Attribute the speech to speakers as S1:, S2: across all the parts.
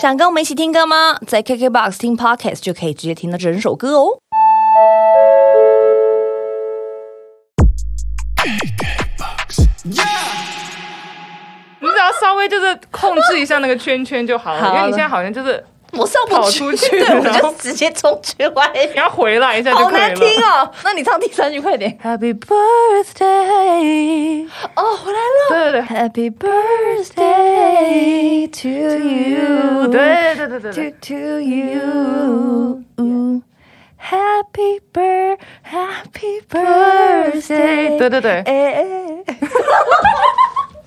S1: 想跟我们一起听歌吗？在 KKBOX 听 Podcast 就可以直接听到整首歌哦。
S2: 你只要稍微就是控制一下那个圈圈就好了，
S1: 好
S2: 因为你现在好像就是
S1: 我上不
S2: 跑
S1: 去，
S2: 出去
S1: 对，我
S2: 然
S1: 就
S2: 后
S1: 直接冲去外面
S2: 你。要回来一下就
S1: 好
S2: 可以
S1: 难
S2: 了。
S1: 听哦！那你唱第三句快点。
S2: Happy birthday，
S1: 哦，回来了。
S2: 对对对
S1: Happy birthday to you，
S2: 对对对对对
S1: to to you. Happy bir Happy birthday，
S2: 对对对，
S1: 哎哎，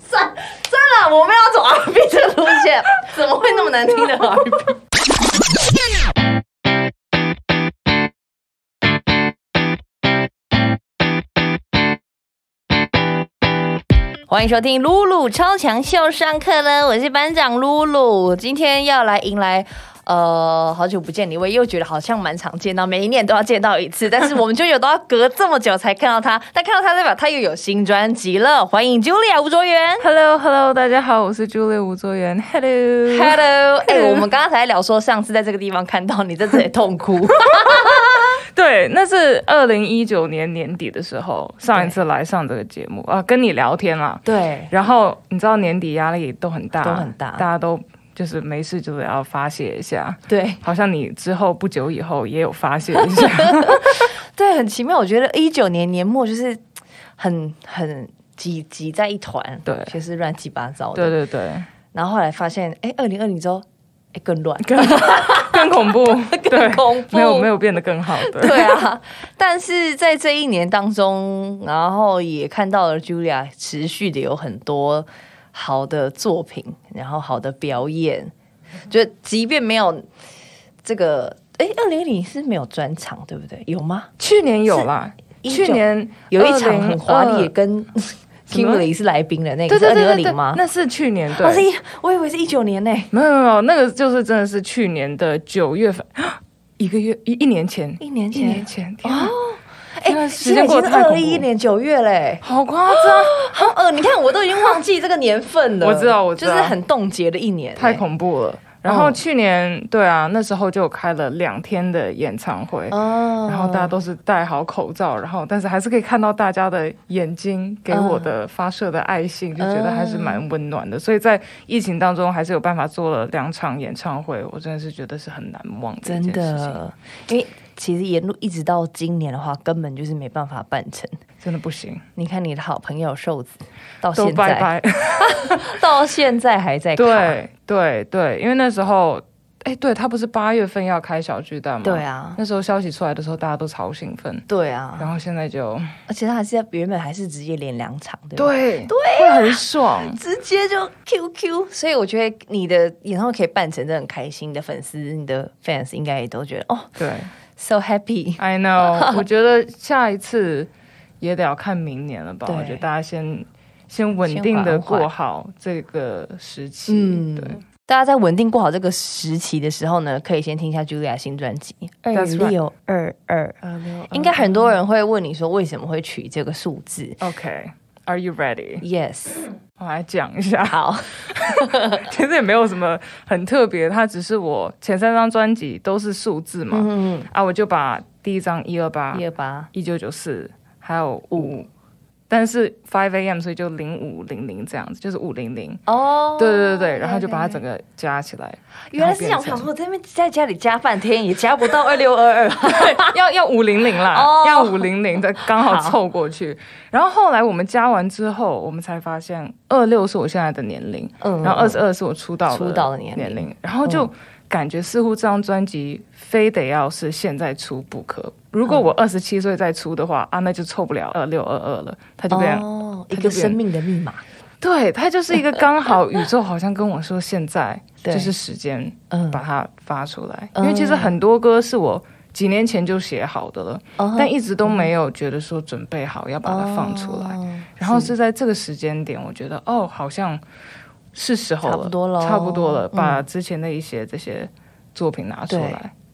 S1: 算算了，我们要走 R B 的路线， 怎么会那么难听的 R B？欢迎收听露露超强秀上课了，我是班长露露，今天要来迎来。呃，好久不见你，我又觉得好像蛮常见到，每一年都要见到一次，但是我们就有都要隔这么久才看到他，但看到他代表他又有新专辑了，欢迎 Julia 吴卓源。
S2: Hello Hello，大家好，我是 Julie 吴卓源。Hello
S1: Hello，哎、我们刚刚才聊说上次在这个地方看到你，在这里痛哭，
S2: 对，那是二零一九年年底的时候，上一次来上这个节目啊，跟你聊天啦。
S1: 对，
S2: 然后你知道年底压力都很大，
S1: 都很大
S2: 大家都就是没事就是要发泄一下。
S1: 对
S2: 好像你之后不久以后也有发泄一 下，
S1: 对，很奇妙。我觉得一九年年末就是很很挤挤在一团，
S2: 对
S1: 就是乱七八糟的。
S2: 对对对，
S1: 然后后来发现，哎，二零二零之后，哎，更乱。
S2: 更 更 恐怖，对
S1: 恐怖
S2: 没有没有变得更好，对
S1: 对啊，但是在这一年当中，然后也看到了 Julia 持续的有很多好的作品，然后好的表演，就即便没有这个，哎，二零零是没有专场对不对？有吗？
S2: 去年有啦，
S1: 是
S2: 去年
S1: 有一场很华丽，也
S2: 2022
S1: 跟
S2: 哦 什么
S1: Kimberly 是来宾的那个
S2: 对
S1: 是二零二
S2: 对对对对
S1: 零吗，？
S2: 那哦是去年
S1: 我是
S2: 对，
S1: 一，我以为是一九年呢、
S2: 没有没有没有，那个就是真的是去年的九月份， 一个月一一年前，
S1: 一年前
S2: 一年前，天啊，
S1: 哎、
S2: 天啊时
S1: 现在
S2: 间
S1: 已
S2: 过
S1: 经
S2: 得
S1: 是
S2: 太
S1: 二
S2: 恐
S1: 一
S2: 怖，
S1: 年九月嘞、
S2: 好 夸张，
S1: 好恶！哦你看，我都已经忘记这个年份了。
S2: 我知道我知道
S1: 就是很冻结的一年、欸
S2: 太恐怖了。然后
S1: 嗯
S2: 去年对啊，那时候就开了两天的演唱会，
S1: 哦
S2: 然后大家都是戴好口罩，然后但是还是可以看到大家的眼睛给
S1: 嗯
S2: 我的发射的爱心，就觉得还是蛮温暖的。所以在疫情当中，还是有办法做了两场演唱会，我真的是觉得是很难忘的一
S1: 真
S2: 件事情，
S1: 的，因为其实沿路一直到今年的话，根本就是没办法办成。
S2: 真的不行，
S1: 你看你的好朋友瘦子，到
S2: 都
S1: 现在
S2: 拜拜。
S1: 到现在还在卡，
S2: 对对对，因为那时候，哎，对他不是八月份要开小巨蛋吗？
S1: 对啊
S2: 那时候消息出来的时候，大家都超兴奋，
S1: 对啊，
S2: 然后现在就
S1: 而且他还是在原本还是直接连两场，对啊吧？
S2: 对对，会很爽。
S1: 直接就 QQ，所以我觉得你的演唱会可以办成，真的很开心。你的粉丝、你的 fans 应该也都觉得哦
S2: 对
S1: ，so happy。
S2: ，I know，我觉得下一次也得要看明年了吧？
S1: 对
S2: 我觉得大家先先稳定的过好这个时期。
S1: 嗯
S2: 对，
S1: 大家在稳定过好这个时期的时候呢，可以先听一下 Julia 新专辑《二
S2: That's right
S1: 六二二》。
S2: 嗯
S1: 应该很多人会问你说为什么会取这个数字
S2: OK。Are you ready？
S1: ？Yes，
S2: 我来讲一 下，
S1: 好，
S2: 其实也没有什么很特别，它只是我前三张专辑都是数字嘛，
S1: 嗯，
S2: 啊，我就把第一张一二八
S1: 一、二八，
S2: 一九九四还有五，但是 five a.m. 所以就零五零零这样子，就是五零零。
S1: 哦，
S2: 对对对对，然后就把它整
S1: 个，
S2: 个加起来。
S1: 原来是这样，我想说我在那边在家里加半天也加不到二六 二二，
S2: 要要五零零啦，
S1: 哦
S2: 要五零零的刚好
S1: 好
S2: 凑过去。然后后来我们加完之后，我们才发现二六是我现在的年龄，
S1: 嗯
S2: 然后二十二是我出道的
S1: 出道的年龄嗯
S2: 年龄，然后就感觉似乎这张专辑非得要是现在出不可。如
S1: 嗯
S2: 果我二十七岁再出的话，啊，那就凑不了二六二二了，它就变
S1: 哦，一
S2: 它就
S1: 个
S2: 变
S1: 生命的密码，
S2: 对，它就是一个刚好宇宙好像跟我说现在
S1: 对
S2: 就是时间
S1: 嗯
S2: 把它发出来，
S1: 嗯
S2: 因为其实很多歌是我几年前就写好的了，
S1: 哦
S2: 但一直都没有觉得说准备好要把它放出来，
S1: 哦
S2: 然后是在这个时间点，我觉得哦，好像是时候了，
S1: 差不多咯
S2: 差不多了，
S1: 嗯
S2: 把之前的一些这些作品拿出
S1: 对
S2: 来，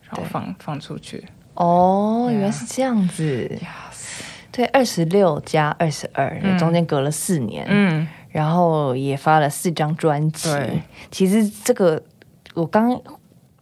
S2: 然后
S1: 对
S2: 放放出去。
S1: 哦，
S2: 对啊
S1: 原来是这样子，
S2: Yes，
S1: 对，二十六加二十二，
S2: 嗯
S1: 中间隔了四年，
S2: 嗯，
S1: 然后也发了四张专辑
S2: 对。
S1: 其实这个我刚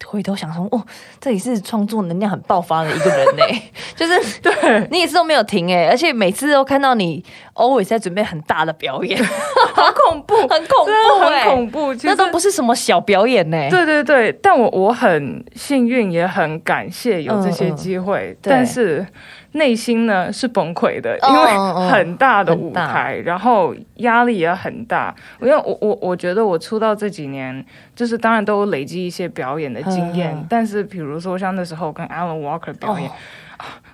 S1: 回头想说，哦，这也是创作能量很爆发的一个人呢、 就是
S2: 对，
S1: 你也是都没有停哎、而且每次都看到你 always 在准备很大的表演，
S2: 好恐怖，
S1: 很恐
S2: 真
S1: 怖
S2: 的
S1: 哎、
S2: 很恐怖，其
S1: 那都
S2: 实
S1: 不是什么小表演欸呢、
S2: 对对对，但我我很幸运，也很感谢有这些机会，
S1: 对
S2: 但是内心呢是崩溃的，
S1: 嗯
S2: 因
S1: 嗯
S2: 为很大的
S1: 哦很
S2: 舞
S1: 大
S2: 台，然后压力也很大。因为我我我觉得我出道这几年，就是当然都有累积一些表演的经验，
S1: 嗯嗯
S2: 但是比如说像那时候跟 Alan Walker 表演。啊
S1: 哦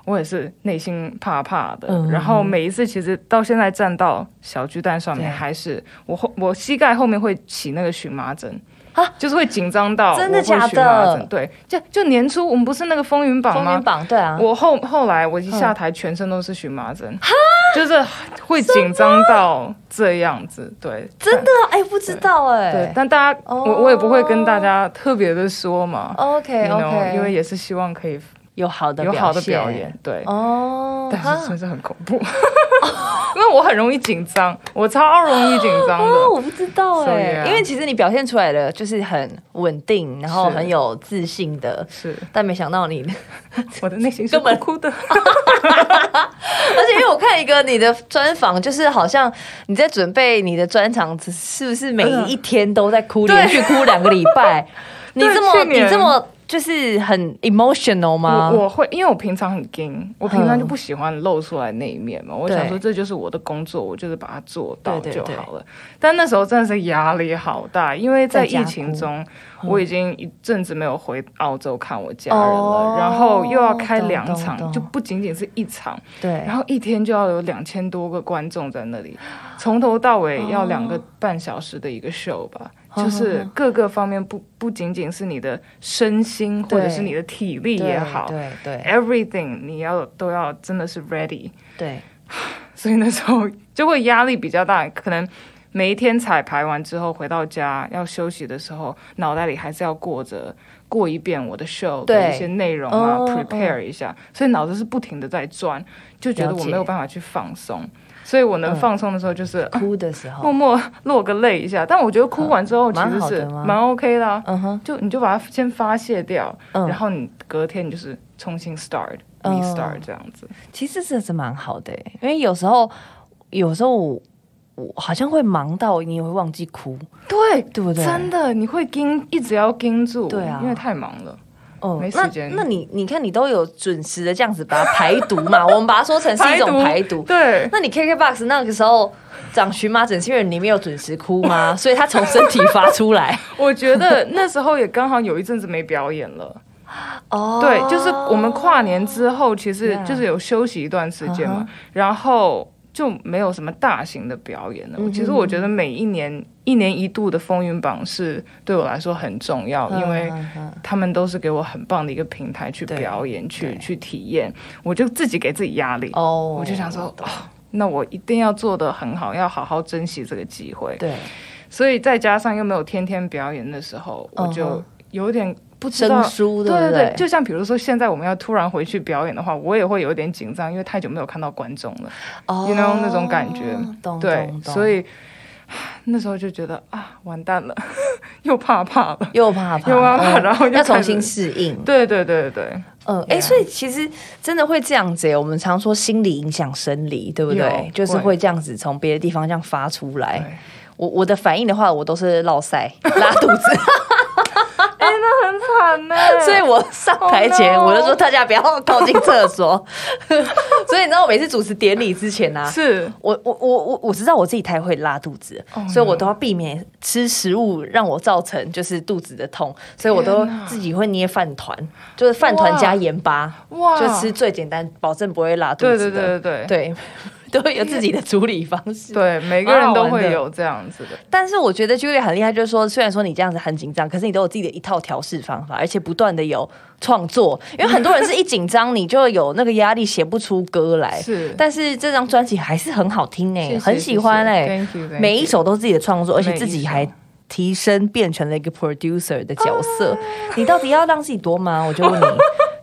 S2: 我也是内心怕怕的，
S1: 嗯
S2: 然后每一次其实到现在站到小巨蛋上面，
S1: 对
S2: 还是我后我膝盖后面会起那个荨麻疹
S1: 啊
S2: 就是会紧张到
S1: 真的
S2: 我会荨麻
S1: 假的
S2: 疹对，就就年初我们不是那个风云榜
S1: 风
S2: 吗
S1: 云？榜对啊，
S2: 我后后来我一下台，全身都是荨麻疹，就是会紧张到这样子，对，
S1: 真的哎、不知道哎、
S2: 对，但大家
S1: 哦
S2: 我我也不会跟大家特别的说嘛
S1: OK
S2: you know，
S1: OK，
S2: 因为也是希望可以
S1: 有好的
S2: 有好的
S1: 现
S2: 表演，对，
S1: 哦，
S2: 但
S1: 哈
S2: 是真是很恐怖， 因为我很容易紧张，我超容易紧张
S1: 哦，
S2: 的。
S1: 我不知道
S2: So,
S1: 哎、
S2: yeah.
S1: 因为其实你表现出来的就是很稳定，然后
S2: 是
S1: 很有自信的，
S2: 是
S1: 但没想到你，
S2: 我的内心是
S1: 根本
S2: 哭哭 的，
S1: 而且因为我看一个你的专访，就是好像你在准备你的专场，是不是每一天都在哭，
S2: 对
S1: 连续哭两个礼 拜？你这么
S2: 去
S1: 你
S2: 年
S1: 这么就是很 emotional 吗？
S2: 我我会，因为我平常很硬，我平常就
S1: 嗯
S2: 不喜欢露出来那一面嘛。我
S1: 对
S2: 想说这就是我的工作，我就是把它做到
S1: 对对
S2: 就
S1: 对
S2: 好了。但那时候真的是压力好大，因为在
S1: 在家
S2: 疫情
S1: 哭
S2: 中，
S1: 嗯
S2: 我已经一阵子没有回澳洲看我家人
S1: 哦
S2: 了，然后又要开
S1: 懂
S2: 两
S1: 懂懂
S2: 场，就不仅仅是一场，
S1: 对
S2: 然后一天就要有两千多个观众在那里，从头到尾要两个半小时的一个 show 吧，
S1: 哦
S2: 就是各个方面不不仅仅是你的身心或
S1: 对
S2: 者是你的体力也好
S1: 对对
S2: ，everything 你要都要真的是 ready，
S1: 对，
S2: 所以那时候就会压力比较大，可能。每一天彩排完之后回到家要休息的时候，脑袋里还是要过着过一遍我的 show
S1: 对
S2: 的一些内容啊、
S1: 哦
S2: p r e p a r e 一下，所以脑子是不停的在转，就觉得
S1: 了解
S2: 我没有办法去放松，所以我能
S1: 嗯
S2: 放松的时候就是、啊
S1: 哭的时候
S2: 默，默落个泪一下。但我觉得哭完之后
S1: 嗯
S2: 其实
S1: 蛮
S2: 是
S1: 好的吗
S2: 蛮 OK 的、啊，
S1: 嗯哼，
S2: 就你就把它先发泄掉，
S1: 嗯
S2: 然后你隔天你就是重新 start、
S1: 嗯
S2: restart 这样子。
S1: 其实这是蛮好的、因为有时候有时候我我好像会忙到你也会忘记哭，
S2: 对。
S1: 对不对？
S2: 真的，你会盯，一直要盯住，
S1: 对啊
S2: 因为太忙了。
S1: 哦
S2: 没时
S1: 那
S2: 间
S1: 那你你看，你都有准时的这样子把它排毒嘛？ 我们把它说成是一种排毒。
S2: 对，
S1: 那你 KKBOX 那个时候长荨麻疹，是因为你没有准时哭 吗？所以它从身体发出来。
S2: 我觉得那时候也刚好有一阵子没表演了，
S1: 哦啊
S2: 对，就是我们跨年之后，其实
S1: Yeah
S2: 就是有休息一段时间
S1: 嗯
S2: 嘛然后就没有什么大型的表演了。
S1: 嗯哼
S2: 其实我觉得每一年一年一度的风云榜是对我来说很重要，因为
S1: 嗯嗯
S2: 他们都是给我很棒的一个平台去
S1: 对
S2: 表演、去
S1: 对
S2: 去体验，我就自己给自己压力，
S1: 哦
S2: 我就想说，哦，那我一定要做的很好，要好好珍惜这个机会。
S1: 对，
S2: 所以再加上又没有天天表演的时候，我
S1: 嗯
S2: 就
S1: 哼
S2: 有点不知
S1: 生
S2: 道。
S1: 疏
S2: 对
S1: 不
S2: 对
S1: 对？
S2: 就像比如说，现在我们要突然回去表演的话，我也会有点紧张，因为太久没有看到观众了。
S1: 哦
S2: you know，那种感觉
S1: 懂
S2: 对
S1: 懂，懂。
S2: 所以唉那时候就觉得啊，完蛋了， 又怕怕了。
S1: 又怕怕，
S2: 又怕怕
S1: 嗯
S2: 然后又
S1: 要重
S2: 开始
S1: 新适应。
S2: 对对对对对，啊
S1: 嗯，哎、所以其实真的会这样子耶、欸我们常说心理影响生理，对不对
S2: 有？
S1: 就是
S2: 会
S1: 会这样子从别的地方这样发出来
S2: 对。
S1: 我我的反应的话，我都是落塞 拉肚 子，
S2: 哎、那很 惨呢、
S1: 所以我上台前
S2: Oh no
S1: 我就说大家不要靠近厕所。 所以你知道，我每次主持典礼之前啊，
S2: 是
S1: 我我我我我知道我自己太会拉肚子
S2: Oh,
S1: 所以我都要避免吃食物让我造成就是肚子的痛，所以我都
S2: 天哪
S1: 自己会捏饭团，就是饭团
S2: 哇
S1: 加盐巴，
S2: 哇
S1: 就吃最简单，保证不会拉肚
S2: 对
S1: 子
S2: 对
S1: 的。
S2: 对对对
S1: 对 都会有自 己的处理方式。
S2: 对，每个
S1: 蛮好
S2: 人都
S1: 玩
S2: 会
S1: 的
S2: 有这样子 的。
S1: 但是我觉得 Julia 很厉害，就是说，虽然说你这样子很紧张，可是你都有自己的一套调试方法，而且不断的有创作。因为很多人是一紧张，你就有那个压力，写不出歌来。
S2: 是
S1: 但是这张专辑还是很好听哎、
S2: 谢谢
S1: 很喜欢哎、
S2: 谢谢 Thank you, thank you
S1: 每一首都是自己的创作，而且
S2: 每一
S1: 自
S2: 首
S1: 己还提升变成了一个 producer 的角色。你到底要让自己多忙？我就问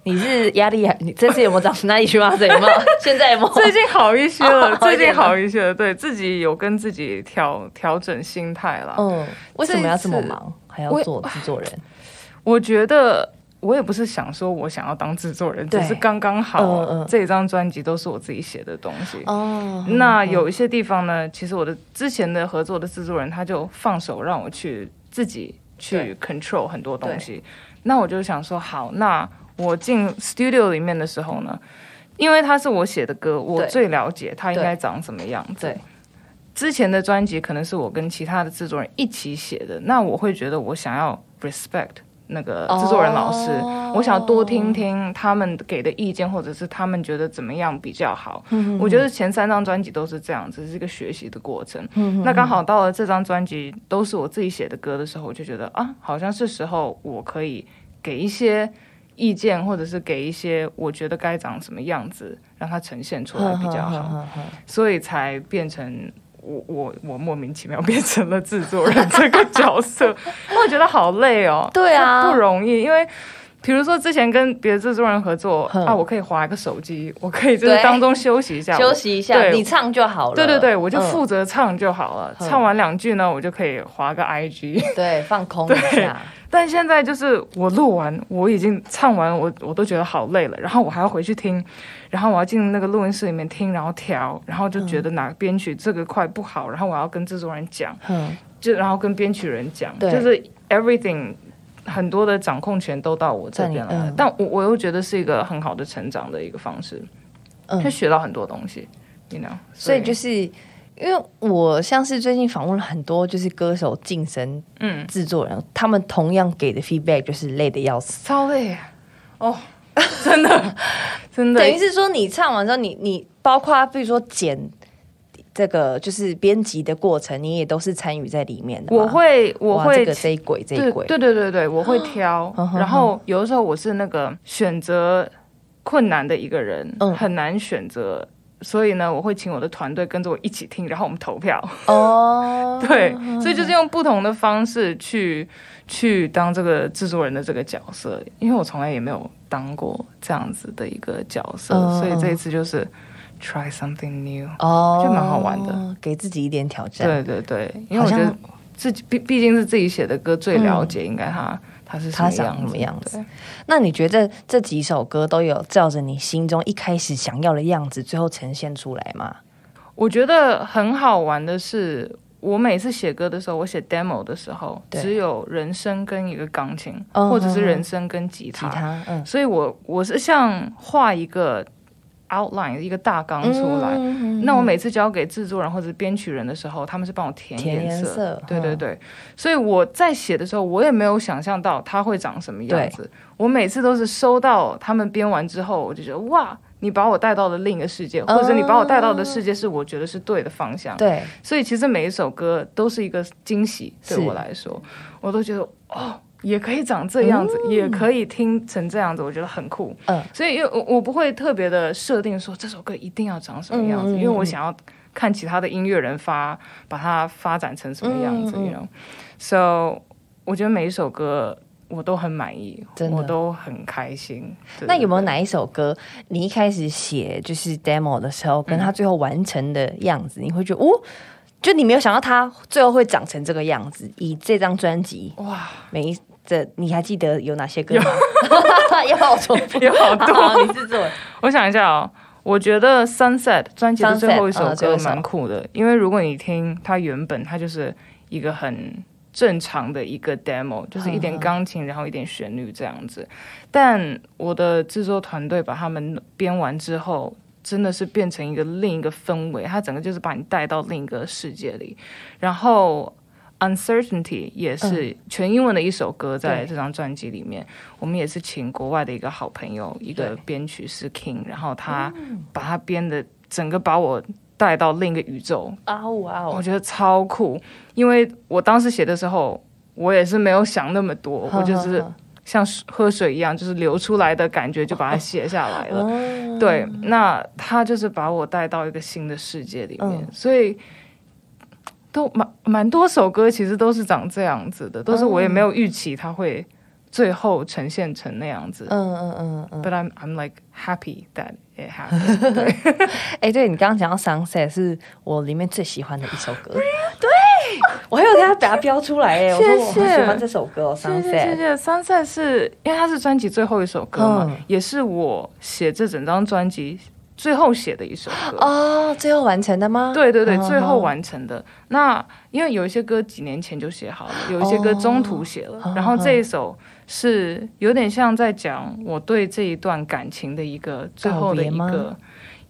S1: 你，你是压力还？你这次有没有长哪里去吗？有没有？现在有没有？
S2: 最近好一些
S1: 好
S2: 了，
S1: 一点了
S2: 最近好一些了，对自己有跟自己调调整心态了。
S1: 哦嗯，为什么要这么忙？还要做制作人？
S2: 我觉得我也不是想说我想要当制作人，只
S1: 对
S2: 是刚刚好、
S1: 嗯嗯
S2: 这一张专辑都是我自己写的东西。
S1: 哦
S2: 那有一些地方呢，其实我的之前的合作的制作人他就放手让我去自己去 control 很多东西，那我就想说，好，那我进 studio 里面的时候呢，因为他是我写的歌，我
S1: 对
S2: 最了解他应
S1: 对
S2: 该长什么样子。
S1: 对
S2: 之前的专辑可能是我跟其他的制作人一起写的，那我会觉得我想要 respect 那个制作人老师，
S1: 哦
S2: 我想多听听他们给的意见，或者是他们觉得怎么样比较好。我觉得前三张专辑都是这样子，是一个学习的过程。那刚好到了这张专辑都是我自己写的歌的时候，我就觉得啊，好像是时候我可以给一些。意见，或者是给一些我觉得该长什么样子，让它呈现出来比较好。所以才变成我我我莫名其妙变成了制作人这个角 色，我觉得好累哦，
S1: 对啊
S2: 不容易，因为。比如说，之前跟别的制作人合作
S1: 嗯
S2: 啊，我可以划一个手机，我可以就是
S1: 对
S2: 当中休息一下，
S1: 休息一下，
S2: 啊对
S1: 你唱就好了。
S2: 对对对，我就
S1: 嗯
S2: 负责唱就好了。
S1: 嗯
S2: 唱完两句呢，我就可以划个 IG。
S1: 对放空一下。
S2: 但现在就是我录完，我已经唱完，我我都觉得好累了，然后我还要回去听，然后我要进那个录音室里面听，然后调，然后就觉得哪编曲这个块不好，然后我要跟制作人讲，
S1: 嗯，
S2: 就然后跟编曲人讲，
S1: 对
S2: 就是 everything 很多的掌控权都到我这边来
S1: 在
S2: 了，
S1: 你嗯
S2: 但我我又觉得是一个很好的成长的一个方式，
S1: 嗯
S2: 就学到很多东西，you know，
S1: 所以就是因为我像是最近访问了很多就是歌手晋升
S2: 嗯，
S1: 制作人，他们同样给的 feedback 就是累的要死。
S2: 超累啊哦， 真的真 的
S1: 等于是说，你唱完之后，你你包括比如说剪这个就是编辑的过程，你也都是参与在里面的吗。
S2: 我会我
S1: 哇
S2: 会
S1: 这个这一轨这一
S2: 对
S1: 轨，
S2: 对对对对，我会挑
S1: 嗯哼。哼
S2: 然后有的时候我是那个选择困难的一个人，
S1: 嗯
S2: 很难选择，所以呢，我会请我的团队跟着我一起听，然后我们投 票。
S1: 哦，
S2: 对，所以就是用不同的方式去去当这个制作人的这个角色，因为我从来也没有当过这样子的一个角色，
S1: 嗯
S2: 所以这一次就是 try something new。
S1: 哦，
S2: 就蛮好玩的，
S1: 给自己一点挑战。
S2: 对对对，因为
S1: 啊好
S2: 我觉
S1: 像
S2: 得自己毕毕竟是自己写的歌，最了解应该他他是什
S1: 他
S2: 么
S1: 长
S2: 样
S1: 什么
S2: 子。
S1: 样子？那你觉得这几首歌都有照着你心中一开始想要的样子，最后呈现出来吗？
S2: 我觉得很好玩的是，我每次写歌的时候，我写 demo 的时候，
S1: 对
S2: 只有人声跟一个钢琴，
S1: 嗯
S2: 或者是
S1: 嗯嗯
S2: 人声跟吉
S1: 吉
S2: 他。
S1: 他，嗯，
S2: 所以我我是像画一个 outline 一个大纲出来。
S1: 嗯
S2: 那我每次交给制作人或者编曲人的时候，他们是帮我填
S1: 填
S2: 颜
S1: 颜
S2: 色，
S1: 色
S2: 对对
S1: 嗯
S2: 对。所以我在写的时候，我也没有想象到它会长什么样子。我每次都是收到他们编完之后，我就觉得哇，你把我带到了另一个世界，或者你把我带到的
S1: 哦
S2: 世界是我觉得是对的方向。
S1: 对，
S2: 所以其实每一首歌都是一个惊喜，
S1: 是
S2: 对我来说，我都觉得哦，也可以长这样子，也可以听成这样子，我觉得很酷。
S1: 嗯
S2: 所以因为我我不会特别的设定说这首歌一定要长什么样
S1: 嗯
S2: 子，
S1: 嗯嗯
S2: 因为我想要看其他的音乐人发把它发展成什么样子
S1: 嗯嗯
S2: y o so 我觉得每一首歌。我都很满意
S1: 真，的
S2: 我都很开心。对
S1: 那有没有
S2: 对
S1: 哪一首歌，你一开始写就是 demo 的时候，跟
S2: 嗯
S1: 它最后完成的样子，你会觉得哦，就你没有想到它最后会长成这个样子？以这张专辑
S2: 对哇，，
S1: 每一这，你还记得有哪些歌吗？ 要把我重复
S2: 有好多
S1: 好你制作 人
S2: 我想一下哦，我觉得《Sunset》专辑的最后一首
S1: Sunset，嗯最后
S2: 歌
S1: 一首
S2: 蛮酷的，因为如果你听它原本，它就是一个很正常的一个 demo，就是一
S1: 嗯
S2: 点钢琴，然后一点旋律这样子。但我的制作团队把它们编完之后。真的是变成一个另一个氛围，它整个就是把你带到另一个世界里。然后《Uncertainty》也是全英文的一首歌，在
S1: 嗯对
S2: 这张专辑里面，我们也是请国外的一个好朋友，一
S1: 对
S2: 个编曲师 King，然后他把他编的整个把我带到另一个宇宙，
S1: 啊哇
S2: 我
S1: 哦，
S2: 觉得超酷。因为我当时写的时候，我也是没有想那么多，我就只是
S1: 呵呵呵
S2: 像喝水一样，就是流出来的感觉就把它写下来了。
S1: 哦
S2: 对，那他就是把我带到一个新的世界里面，
S1: 嗯
S2: 所以都蛮蛮多首歌其实都是长这样子的，都是我也
S1: 嗯
S2: 没有预期它会最后呈现成那样子。
S1: 嗯嗯嗯嗯，
S2: But I'm I'm like happy that it happened 。
S1: 哎、对你刚刚讲到 sunset 是我里面最喜欢的一首歌，对，我还有给他把它标出来哎，我说我
S2: 啊谢
S1: 很
S2: 谢
S1: 喜欢这首歌哦
S2: 谢谢
S1: ，Sunset。
S2: 谢谢。Sunset 是因为它是专辑最后一首歌嘛，
S1: 嗯
S2: 也是我写这整张专辑最后写的一首歌。
S1: 哦，最后完成的吗？
S2: 对对对，
S1: 嗯
S2: 最后完成的。那因为有一些歌几年前就写好了，有一些歌中途写了，
S1: 哦
S2: 然后这一首是有点像在讲我对这一段感情的一个最后的一
S1: 告别嗯
S2: 个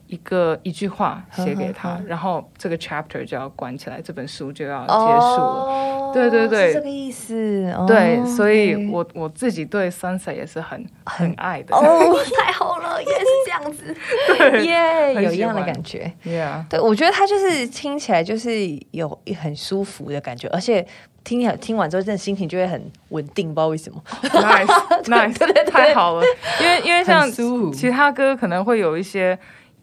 S2: 一个一句话写给
S1: 呵
S2: 他
S1: 呵，
S2: 然后这个 chapter 就要关起来，这本书就要结束了。
S1: 哦
S2: 对对对
S1: 是这个意思。哦
S2: 对，所以
S1: OK
S2: 我我自己对 Sunset 也是很很爱的。
S1: 哦，太好了，也是这样子，耶、
S2: 很喜欢
S1: 有一样的感觉。
S2: Yeah，
S1: 对，我觉得它就是听起来就是有一很舒服的感觉，而且听起来听完之后，真的心情就会很稳定，不知道为什么。
S2: nice
S1: 对对
S2: nice，太好了，因为因为像
S1: 很舒服
S2: 其他歌可能会有一些，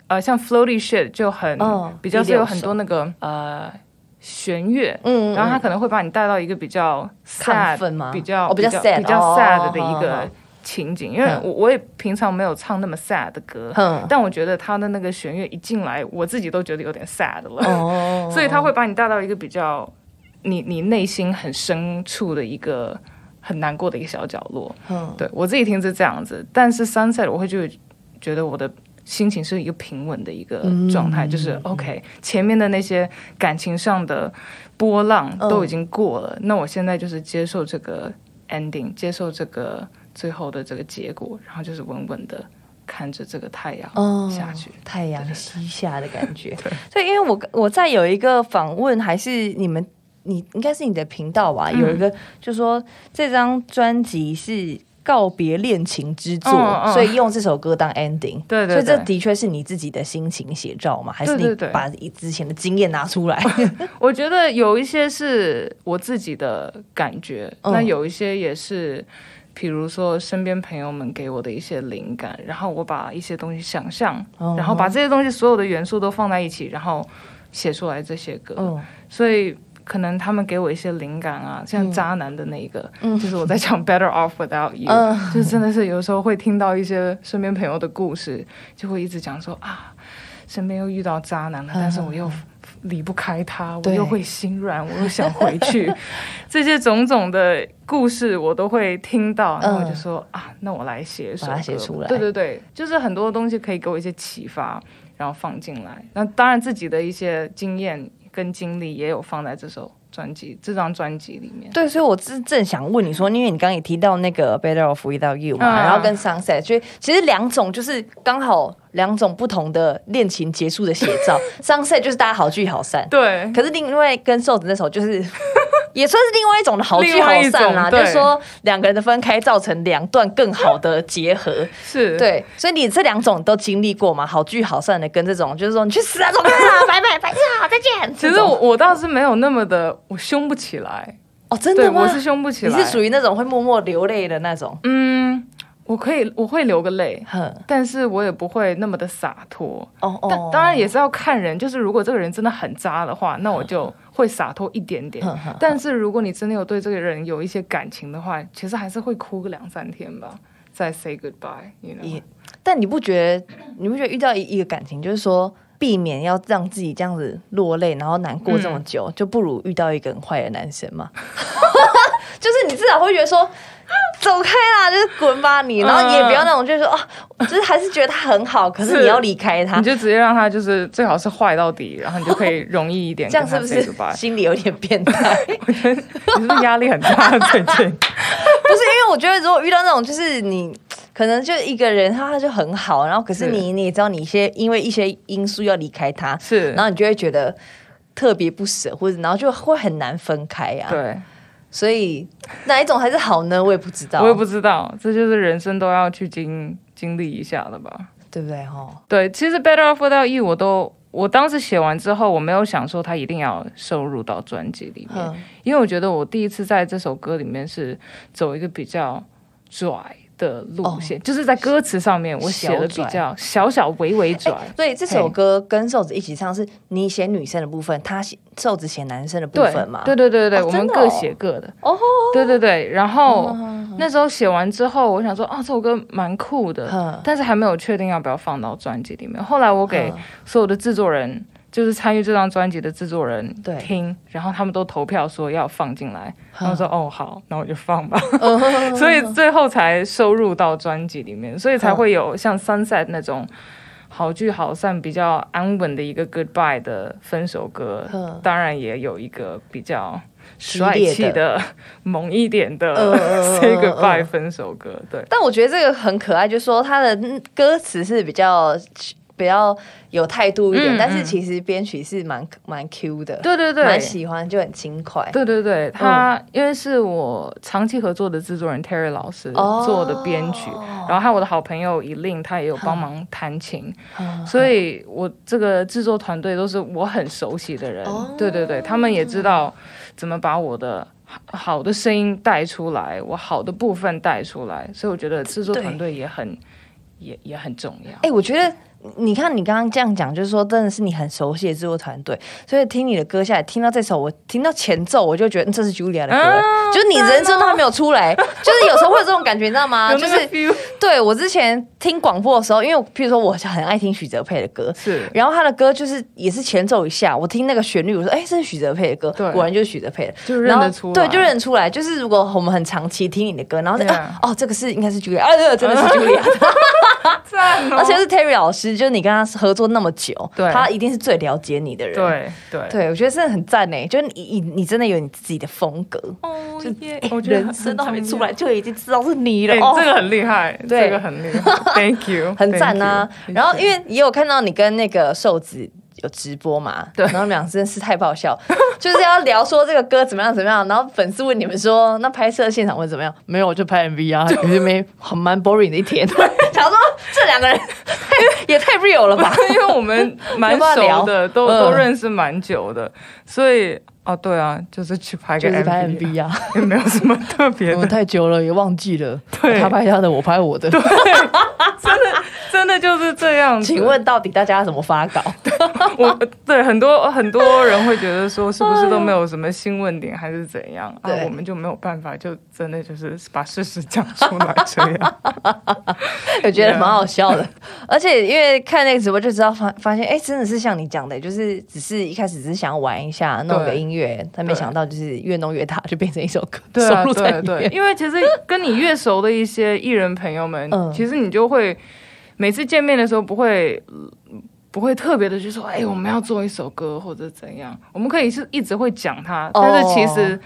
S2: 呃，像 floaty shit 就很、
S1: 嗯
S2: 比较是有
S1: 第六
S2: 很
S1: 首
S2: 多那个呃弦乐，
S1: 嗯嗯
S2: 然后它可能会把你带到一个比较 sad
S1: 亢奋吗
S2: 比较
S1: 哦比较 sad，
S2: 比较
S1: 哦
S2: sad 的
S1: 好
S2: 一
S1: 好
S2: 个情景，因为
S1: 嗯
S2: 我我也平常没有唱那么 sad 的歌，
S1: 嗯
S2: 但我觉得它的那个弦乐一进来，我自己都觉得有点 sad 了，
S1: 哦
S2: 所以他会把你带到一个比较你你内心很深处的一个很难过的一个小角落。
S1: 嗯
S2: 对我自己听是这样子，但是 sunset 我会就觉得我的心情是一个平稳的一个状态，就是 OK，前面的那些感情上的波浪都已经过了，那我现在就是接受这个 ending，接受这个最后的这个结果，然后就是稳稳的看着这个太
S1: 哦
S2: 阳下去。
S1: 太阳西下的感 觉。对，因为我我在有一个访问，还是你们你应该是你的频道吧，
S2: 嗯
S1: 有一个就说这张专辑是。告别恋情之作，
S2: 嗯嗯
S1: 所以用这首歌当 ending。
S2: 对对对
S1: 所以这的确是你自己的心情写照嘛？还是你
S2: 对嗯对对
S1: 把之前的经验拿 出来？
S2: 我觉得有一些是我自己的感觉，
S1: 嗯
S2: 那有一些也是，比如说身边朋友们给我的一些灵感，然后我把一些东西想象，
S1: 嗯
S2: 然后把这些东西所有的元素都放在一起，然后写出来这些歌。
S1: 嗯，
S2: 所以可能他们给我一些灵感啊，像渣男的那一个，就是我在讲 Better Off Without You，、
S1: 嗯
S2: 就是真的是有时候会听到一些身边朋友的故事，就会一直讲说啊，身边又遇到渣男了，但是我又。离不开他，
S1: 嗯
S2: 我
S1: 对
S2: 又会心软，我又想回 去，这些种种的故事我都会听到，然后我就说、
S1: 嗯
S2: 啊，那我来写一首
S1: 把它
S2: 歌
S1: 写出来
S2: 对对对，就是很多东西可以给我一些启发，然后放进来。那当然自己的一些经验跟经历也有放在这首专辑、这张专辑里面。
S1: 对，所以我正正想问你说，因为你刚刚也提到那个 Better Off Without You 嘛，
S2: 嗯
S1: 然后跟 Sunset，所以其实两种就是刚好两种不同的恋情结束的写 照。Sunset 就是大家好聚好散，
S2: 对
S1: 可是另外跟瘦子那首就是 也算是另外一种的好聚
S2: 另
S1: 好
S2: 外一
S1: 散啦，
S2: 种
S1: 就
S2: 对
S1: 是说两个人的分开造成两段更好的结合。
S2: 是，
S1: 对，所以你这两种都经历过嘛？好聚好散的跟这种就是说你去死啊，走开啊，拜拜，白痴啊，再见。
S2: 其
S1: 这
S2: 实
S1: 种
S2: 我我倒是没有那么的，我凶不起来。
S1: 哦，真
S2: 对，
S1: 的吗？
S2: 我是凶不起
S1: 你
S2: 来。
S1: 是属于那种会默默流泪的那种。
S2: 嗯，我可以，我会流个泪，
S1: 哼，
S2: 但是我也不会那么的洒脱。
S1: 哦
S2: 但当然也是要看人，就是如果这个人真的很渣的话，那我
S1: 嗯
S2: 就会洒脱一点点
S1: 哼哼。
S2: 但是如果你真的有对这个人有一些感情的话，其实还是会哭个两三天吧，再 say goodbye，you know。
S1: 也，但你不觉得你不觉得遇到一一个感情，就是说避免要让自己这样子落泪，然后难过这么久，就不如遇到一个很坏的男生 嘛？就是你至少会觉得说。走开啦，就是滚吧你，然后也不要那种，就是说啊，就是还是觉得他很好，可是
S2: 是
S1: 你要离开他
S2: 你，就直接让他就是最好是坏到底，然后你就可以容易一点
S1: 这样
S2: 跟
S1: 是
S2: 他
S1: 不
S2: say
S1: 是
S2: goodbye。
S1: 心里有点变态？
S2: 你是不是压力很大？最近
S1: 不是，因为我觉得如果遇到那种，就是你可能就一个人，他他就很好，然后可是你你也知道，你一些因为一些因素要离开他，
S2: 是
S1: 然后你就会觉得特别不舍，或者然后就会很难分开呀、啊。
S2: 对，
S1: 所以哪一种还是好呢？我也不知道，
S2: 我也不知道，这就是人生都要去经经历一下的吧。
S1: 对不对哈？
S2: 对，其实 Better Off Without You 我都，我当时写完之后，我没有想说它一定要收入到专辑里面，
S1: 嗯
S2: 因为我觉得我第一次在这首歌里面是走一个比较拽的
S1: 哦
S2: 路线，就是在歌词上面我写的比较小小微
S1: 哎
S2: 微拽。
S1: 所以这首歌跟瘦子一起唱，是你写女生的部分，他写瘦子写男生的部
S2: 对
S1: 分嘛？
S2: 对对对对，
S1: 哦
S2: 我们
S1: 真的
S2: 各
S1: 哦
S2: 写各的。
S1: 哦，嗯
S2: 对对对，然后、那时候写完之后，我想说啊，这首歌蛮酷的，
S1: 嗯
S2: 但是还没有确定要不要放到专辑里面。后来我给
S1: 嗯
S2: 所有的制作人。就是参与这张专辑的制作人
S1: 对
S2: 听，然后他们都投票说要放进来，
S1: 哼
S2: 然后说哦好，那我就放吧，
S1: 嗯
S2: 所以最后才收入到专辑里面，所以才会有像 Sunset 那种。好聚好散，比较安稳的一个 goodbye 的分手歌
S1: 嗯，
S2: 当然也有一个比较
S1: 激烈
S2: 帅
S1: 的
S2: 气的、 猛一点的
S1: 嗯嗯 嗯
S2: say
S1: 嗯
S2: goodbye
S1: 嗯
S2: 分手歌。对，
S1: 但我觉得这个很可爱，就是说他的嗯歌词是比较比较有态度一点，
S2: 嗯
S1: 但是
S2: 嗯
S1: 其实编曲是蛮蛮 Q 的，
S2: 对对对，
S1: 蛮喜欢，就很轻快。
S2: 对对对，他、
S1: 嗯
S2: 因为是我长期合作的制作人 Terry 老师
S1: 哦
S2: 做的编曲，然后还有我的好朋友以令，他也有帮忙弹琴，
S1: 嗯
S2: 所以我这个制作团队都是我很熟悉的人。
S1: 哦
S2: 对对对，他们也知道怎么把我的好好的声音带出来，我好的部分带出来，所以我觉得制作
S1: 对
S2: 团队也很也也很重要。
S1: 哎、我觉得你看你刚刚这样讲，就是说真的是你很熟悉的制作团队，所以听你的歌下来，听到这首，我听到前奏，我就觉得、嗯这是 Julia 的歌、
S2: 啊
S1: 就是你人生都还没有出来， 就是有时候会有这种感觉，你知道吗？
S2: 有
S1: 哎就
S2: 那个
S1: 是
S2: feel
S1: 对我之前听广播的时候，因为我譬如说我很爱听许哲佩的歌，
S2: 是
S1: 然后他的歌就是也是前奏一下，我听那个旋律，我说哎、这是许哲佩的歌，
S2: 对
S1: 果然就是许哲佩的，
S2: 就认
S1: 然后
S2: 得出来
S1: 对，就认出来。就是如果我们很长期听你的歌，然后就
S2: Yeah
S1: 啊哦，这个是应该是 Julia，啊，对， 真的是 Julia，
S2: 赞哦
S1: 而且是 Terry 老师，就是你跟他合作那么久，
S2: 对
S1: 他一定是最了解你的人。。
S2: 对对。
S1: 对，我觉得真的很赞呢，就是你你你真的有你自己的风格，
S2: 哦
S1: 就
S2: 耶
S1: 哎
S2: 我觉得
S1: 人生都还没
S2: 很重
S1: 出
S2: 要
S1: 来就已经知道是你了，
S2: 哎、
S1: 哦，
S2: 这个很厉害，
S1: 对
S2: 这个很 厉害，Thank you，
S1: 很赞啊
S2: thank！you，
S1: 然后
S2: 谢
S1: 因
S2: 谢
S1: 为也有看到你跟那个瘦子有直播嘛，
S2: 对
S1: 然后你们俩真是太爆笑， 就是要聊说这个歌怎么样怎么样，然后粉丝问你们说，那拍摄现场会怎么样？没有，我就拍 MV 啊，也是没很蛮 boring 的一天。 想说这两个人 太也太 real 了吧？
S2: 因为我们蛮
S1: 要不要聊
S2: 熟的，都
S1: 嗯
S2: 都认识蛮久的，所以哦，对啊，就是去拍个
S1: 就是
S2: MV，,
S1: 拍哦
S2: 啊
S1: MV 啊，
S2: 也 没有什么特别
S1: 我们
S2: 的，
S1: 嗯太久了也忘记了，
S2: 对
S1: 他拍他的，我拍我的。
S2: 真的就是这样子。
S1: 请问到底大家怎么发 稿？
S2: 我对很多很多人会觉得说，是不是都没有什么新问点，还是怎样啊
S1: 对？
S2: 我们就没有办法，就真的就是把事实讲出来这样。
S1: 我觉得
S2: Yeah
S1: 蛮好笑的。而且因为看那个直播就知道发发现，哎、真的是像你讲的，就是只是一开始只是想玩一下，弄个
S2: 对
S1: 音乐，但没想到就是越弄越大，就变成一首歌，
S2: 对 啊
S1: 收，录在
S2: 对
S1: 里
S2: 对，
S1: 面。
S2: 因为其实跟你越熟的一些艺人朋友们，
S1: 嗯
S2: 其实你就会每次见面的时候不会。呃不会特别的去说，哎、我们要做一首歌或者怎样，我们可以是一直会讲它，
S1: 哦
S2: 但是其实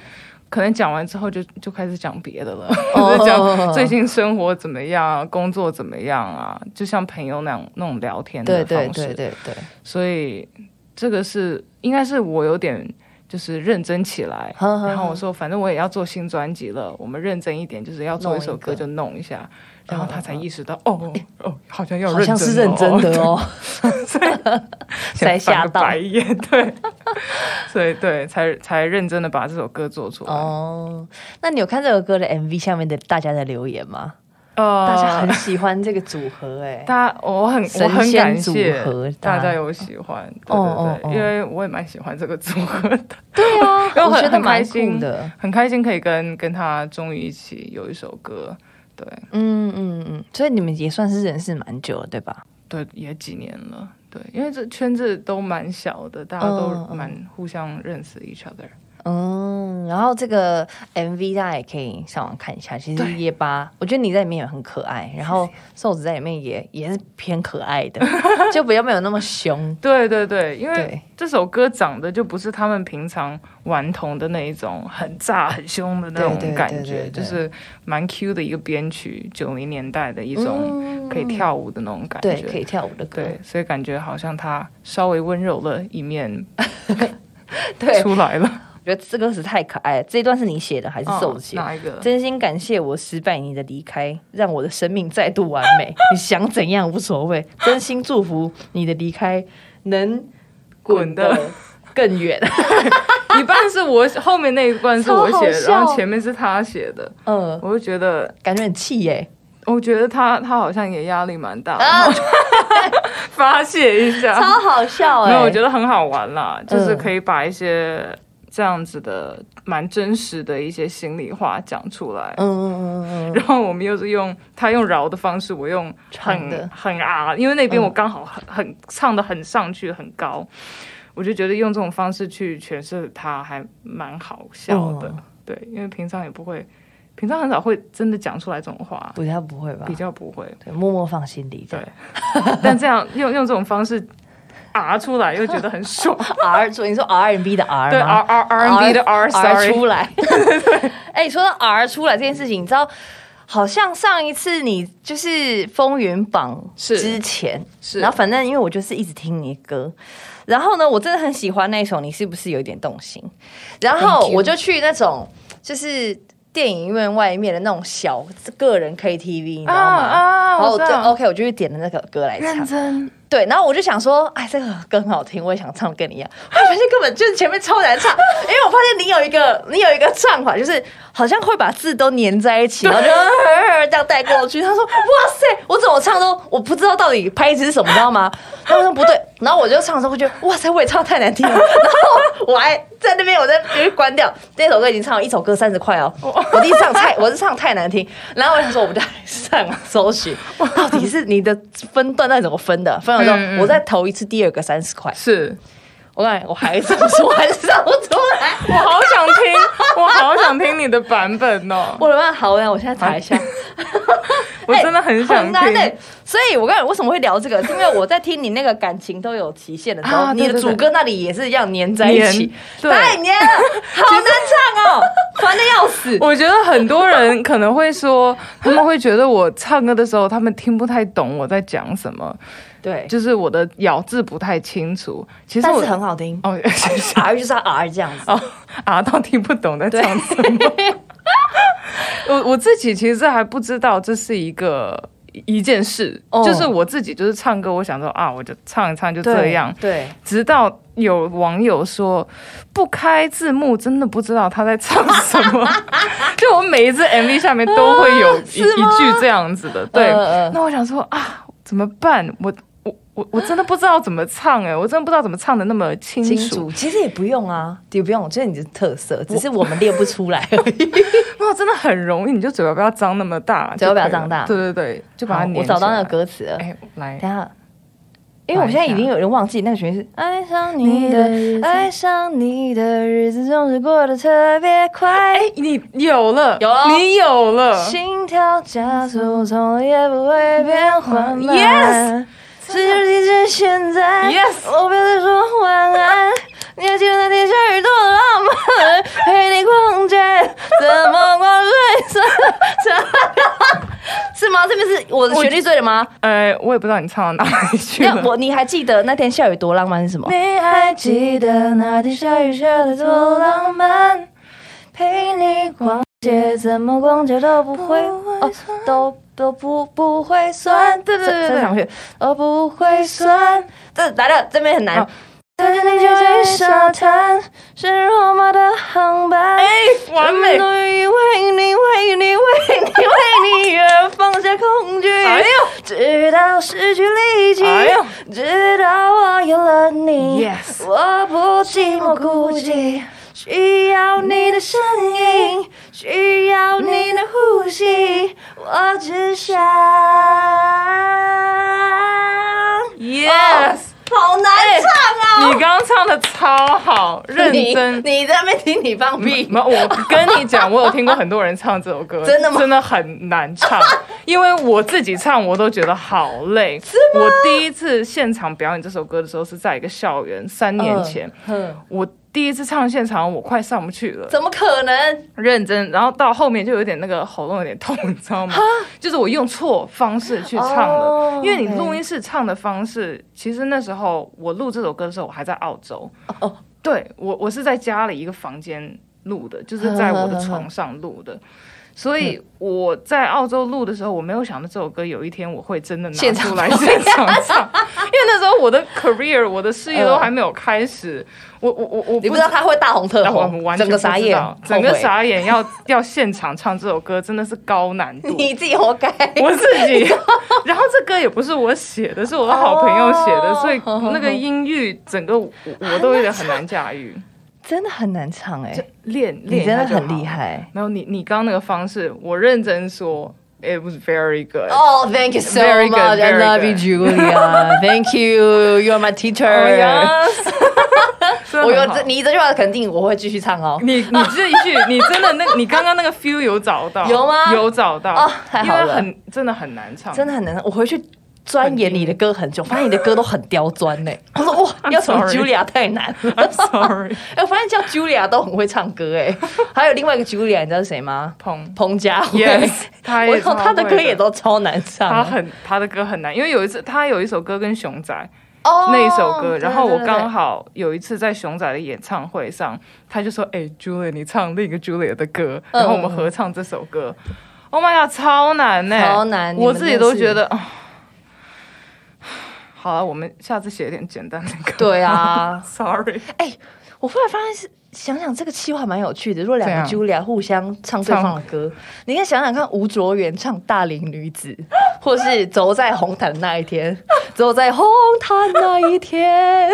S2: 可能讲完之后就就开始讲别的了，
S1: 哦
S2: 就讲最近生活怎么样啊，工作怎么样啊，就像朋友那样那种聊天啊的
S1: 对
S2: 方式。
S1: 对对对对，
S2: 所以这个是应该是我有点就是认真起来，
S1: 呵呵呵
S2: 然后我说反正我也要做新专辑了，我们认真一点，就是要做一首歌就弄一下，然后他才意识到哦哦，好像要
S1: 嗯好
S2: 认真、
S1: 像
S2: 哦，
S1: 是认真，的哦， 才吓
S2: 吓
S1: 到
S2: 白眼，对， 所以对才才认真的把这首歌做出 来。
S1: 哦。那你有看这个歌的 MV 下面的大家的留言吗？
S2: 呃
S1: 大家很喜欢这个组合、 哎，
S2: 大家，我很我
S1: 神
S2: 很
S1: 仙
S2: 感
S1: 组
S2: 谢
S1: 合大
S2: 大
S1: 家
S2: 家有喜欢，对
S1: 哦
S2: 对
S1: 哦哦
S2: 对，因为我也蛮喜欢这个组合的，
S1: 对啊
S2: 因 为
S1: 我觉
S2: 很
S1: 得
S2: 很开
S1: 蛮酷
S2: 心
S1: 的。
S2: 很开心可以跟跟他终于一起有一首歌，对
S1: 嗯嗯嗯，所以你们也算是认识蛮久了，对吧？
S2: 对，也几年了，对，因为这圈子都蛮小的，大家都
S1: 嗯嗯
S2: 蛮互相认识 each other。
S1: 嗯，然后这个 MV 大家也可以上网看一下，其实
S2: 对
S1: 夜巴，我觉得你在里面也很可爱，然后瘦子在里面也也是偏可爱 的，就比较没有那么凶。
S2: 对对对，因
S1: 对
S2: 为这首歌长得就不是他们平常顽童的那一种很炸很凶的那
S1: 对对
S2: 种
S1: 对
S2: 感
S1: 对
S2: 觉，
S1: 对
S2: 就是蛮 Q 的一个编曲，九零年代的一种可以跳舞的那种感
S1: 嗯对，可
S2: 觉。
S1: 以跳舞的歌，
S2: 对，所以感觉好像他稍微温柔了一面
S1: 对，
S2: 出来了。
S1: 我觉得这歌词太可爱了。这一段是你写的还是瘦子写的？
S2: 哦哪一个？
S1: 真心感谢我失败你的离开，让我的生命再度完 美。你想怎样无所谓，真心祝福你的离开能滚
S2: 滚
S1: 得
S2: 得
S1: 更 远。
S2: 一半是我后面那一段是我写的，
S1: 超好笑
S2: 然后前面是他写的，
S1: 嗯，
S2: 我就觉得，
S1: 感觉很气耶、
S2: 我觉得他他好像也压力蛮大，
S1: 啊，
S2: 发泄一下，
S1: 超好笑 哎、
S2: 没有，我觉
S1: 得
S2: 得很好玩啦，就是
S1: 嗯
S2: 可以把一些这样子的蛮真实的一些心里话讲出来。
S1: 嗯嗯嗯嗯嗯，
S2: 然后我们又是用他用饶的方式，我用
S1: 唱的
S2: 很很啊，因为那边
S1: 嗯
S2: 我刚好很很唱的很上去很高，我就觉得用这种方式去诠释它还蛮好笑的。
S1: 嗯
S2: 对，因为平常也不会，平常很少会真的讲出来这种话，
S1: 比较不会吧
S2: 比？较不会。
S1: 对，默默放心里。
S2: 对，但这样 用用这种方式啊出来，又觉得 很爽。
S1: ，R，所以你说 R N B 的 R
S2: 对
S1: 吗
S2: ，R R R N B 的
S1: R
S2: R，sorry，
S1: 出 来。哎、说到 R 出来这件事情，你知道，好像上一次你就是风云榜
S2: 是
S1: 之前，
S2: 是
S1: 然后反正因为我就是一直听你的歌，然后呢，我真的很喜欢那一首《你是不是有一点动心》，然后
S2: Thank you
S1: 我就去那种就是电影院外面的那种小个人 KTV，你知道吗？
S2: 啊
S1: 然后我
S2: 我知
S1: 就
S2: 道
S1: OK，我就去点了那个歌来唱。
S2: 真
S1: 对，然后我就想说，哎，这个歌很好听，我也想唱，跟你一样。后来发现根本就是前面超难唱，因为我发现你有一个你有一个唱法，就是好像会把字都粘在一起，然后就呃这样带过去。他说：“哇塞，我怎么唱都我不知道到底拍子是什么，你知道吗？”他说：“不对。”然后我就唱的时候，我觉得哇塞，我也唱得太难 听了。然后我还在那边，我在就是关掉这首歌已经唱了一首歌三十块哦，我第一次唱太我是 唱太难听，然后我想说我们就来上网搜 寻，到底是你的分段到底怎么分的？分了之后，
S2: 嗯嗯
S1: 我再投一次第二个三十块，
S2: 是，
S1: 我告诉你，我还是不是我还是唱不出来，
S2: 我好想听， 我好想听你的版本哦，
S1: 我的妈，好呀，我现在查一下。
S2: 我真的很想
S1: 很难
S2: 听
S1: 欸。所以我告诉你，为什么会聊这个？是因为我在听你那个感情都有期限的时候，
S2: 啊对
S1: 你的
S2: 对对
S1: 主歌那里也是一样粘在一起，
S2: 粘对
S1: 太粘 了，好难唱哦，烦的要死。
S2: 我觉得很多人可能会说，他们会觉得我唱歌的时候，他们听不太懂我在讲什么，
S1: 对，
S2: 就是我的咬字不太清楚。其实
S1: 但
S2: 我
S1: 是很好听
S2: 哦， 谢谢
S1: ，R 就是要 R 这样子。
S2: 哦啊，到听不懂在唱什么。 我我自己其实还不知道这是一个一件事，
S1: 哦
S2: 就是我自己就是唱歌，我想说啊，我就唱一唱就这样。
S1: 对，
S2: 直到有网友说不开字幕，真的不知道他在唱什 么。就我每一支 MV 下面都会有一、
S1: 啊是
S2: 一
S1: 吗
S2: 句这样子的，对。
S1: 嗯嗯
S2: 那我想说啊，怎么办？我我我我真的不知道怎么唱哎、我真的不知道怎么唱的那么清楚。
S1: 金主其实也不用啊，也不用，这是你的特色，只是我们练不出 来而已。
S2: 那真的很容易，你就嘴巴不要张那么大，
S1: 嘴巴不要
S2: 就可以了
S1: 张大
S2: 对对对，就把它
S1: 好
S2: 粘起来。
S1: 我找到那个歌词了，
S2: 哎，来，
S1: 等一下，因为我现在已经有人忘记那个旋律是爱上你
S2: 你
S1: 的
S2: 的
S1: 爱上你的日子总是过得特别快，
S2: 你有了，
S1: 有了
S2: 你有了，
S1: 心跳加速从也不会变缓慢。
S2: Yes！
S1: 这就是一直现在。
S2: Yes！
S1: 我不要再说晚 安。你还记得那天下雨多浪漫， 陪你逛街，怎么逛睡 着？是吗？这边是我的旋律对了吗？
S2: 呃，我也不知道你唱到哪里去
S1: 那
S2: 了。
S1: 我你还记得那天下雨多浪漫是什么？
S2: 你还记得那天下雨下的多浪漫？
S1: 陪你逛街，怎么逛街都不会
S2: 不
S1: 哦
S2: 会酸，
S1: 都都不不会酸，
S2: 对对对对
S1: 再上去，哦不会酸，这来了，这边很难
S2: 哦。
S1: 带着你去追沙滩，是罗马的航班。哎，
S2: 完美
S1: 终于为你，为你，为你，为你而放下恐惧。
S2: 哎呦
S1: 直到失去力气，
S2: 哎呦
S1: 直到我有了你。
S2: Yes
S1: 我不寂寞孤寂，需要你的声音，需要你的呼吸，我只想。
S2: Yes，、
S1: 哦好难唱 啊
S2: 你刚刚唱的超好，哎认真。
S1: 你在那边听你放屁，
S2: 没有，我跟你讲，我有听过很多人唱这首 歌，
S1: 真的吗
S2: 真的很 难唱，因为我自己唱我都觉得好累。我第一次现场表演这首歌的时候是在一个校园，三
S1: 嗯
S2: 年前，
S1: 哼，
S2: 我第一次唱现场，我快上不去了。
S1: 怎么可能？
S2: 认真，然后到后面就有点那个喉咙有点痛， 你知道吗？就是我用错方式去唱了，
S1: 哦
S2: 因为你
S1: OK
S2: 录音室唱的方式，其实那时候我录这首歌的时候，我还在澳洲。哦，对我我是在家里一个房间录的，就是在我的床上录的。所以我在澳洲录的时候，我没有想到这首歌有一天我会真的拿
S1: 现场
S2: 出来现场唱，因为那时候我的 career 我的事业都
S1: 嗯
S2: 还没有开始，我我我我
S1: 你不知道他会大红 特
S2: 但我
S1: 红
S2: 们，完全
S1: 哦整个傻
S2: 不知
S1: 眼
S2: 道，整
S1: 后
S2: 个
S1: 悔，
S2: 傻 眼，要要现场唱这首歌真的是高难度。
S1: 你自己活该。
S2: 我自己， 然后这歌也不是我写的，是我的好朋友写的，
S1: 哦
S2: 所以那个音域整个我我都有点很难 驾驭。
S1: 真的很难唱哎、
S2: 就练练
S1: 你
S2: 一
S1: 真
S2: 下
S1: 的
S2: 就好
S1: 很厉。害。
S2: 没有你你刚刚那个方式，我认真说，it was very good。
S1: Oh, thank you so
S2: Very
S1: much.
S2: good,
S1: I
S2: very
S1: love you,
S2: good.
S1: Julia. thank you. You are my teacher.
S2: Oh, yes. 真 的
S1: 我
S2: 很
S1: 有
S2: 好
S1: 这你这句话的肯定，我会继续唱 哦。
S2: 你你这一句，你真的那，你刚刚那个 feel 有找到？
S1: 有吗
S2: 有找到
S1: 哦太好了
S2: 因为很真的很难唱，
S1: 真的很难，我回去钻研你的歌很久，发现你的歌都很刁钻 呢、我说哇，
S2: I'm
S1: 要从
S2: sorry
S1: Julia 太难。
S2: I'm sorry，
S1: 哎、我发现叫 Julia 都很会唱歌哎、还有另外一个 Julia，你知道是谁吗？
S2: 彭
S1: 彭佳慧
S2: Yes，他 也
S1: 我靠，
S2: 超
S1: 她的
S2: 会
S1: 歌
S2: 的
S1: 也都超难唱。
S2: 他很他的歌很难，因为有一次他有一首歌跟熊仔
S1: 哦
S2: 那一首歌，
S1: 对
S2: 然后我
S1: 对对
S2: 刚好有一次在熊仔的演唱会上，他就说：“哎、j u l i a 你唱另一个 Julia 的歌，
S1: 嗯
S2: 然后我们合唱这首歌。Oh my god，超难呢、
S1: 超难你
S2: 我
S1: 们
S2: 自己
S1: 真的
S2: 都
S1: 是
S2: 觉得。啊好了，我们下次写一点简单的歌。
S1: 对 啊
S2: ，Sorry，
S1: 我忽然发现是。想想这个计划蛮有趣的，如果两个
S2: 怎
S1: Julia 互相唱对啊方的歌，你可以想想看，吴卓源唱《大龄女子》， 或是走在红毯那一 天，走在红毯那一天，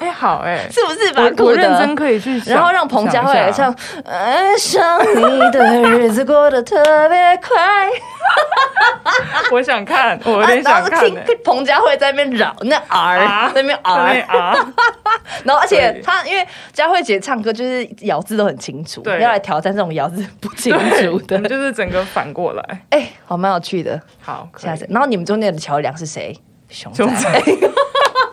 S2: 哎、好 哎、
S1: 是不是蛮
S2: 我
S1: 酷
S2: 我
S1: 的？
S2: 认真可以去想，
S1: 然后让彭佳慧来
S2: 想
S1: 唱，爱上你的日子过得特别 快。
S2: 一下，我 想看，我有
S1: 啊
S2: 点
S1: 然
S2: 想
S1: 后
S2: 看、
S1: 听
S2: 欸。
S1: 彭佳慧在那边绕那 R，、
S2: 啊
S1: 在那边
S2: 对
S1: R，
S2: 啊，
S1: 然后而且
S2: 对
S1: 她因为佳慧姐唱歌就是咬字都很清楚，
S2: 对
S1: 要来挑战这种咬字不清
S2: 对，
S1: 楚
S2: 我们
S1: 的。
S2: 就是整个反过来。
S1: 哎、好蛮有趣的，
S2: 好，可以
S1: 下次。然后你们中间的桥梁是谁？熊仔，
S2: 熊仔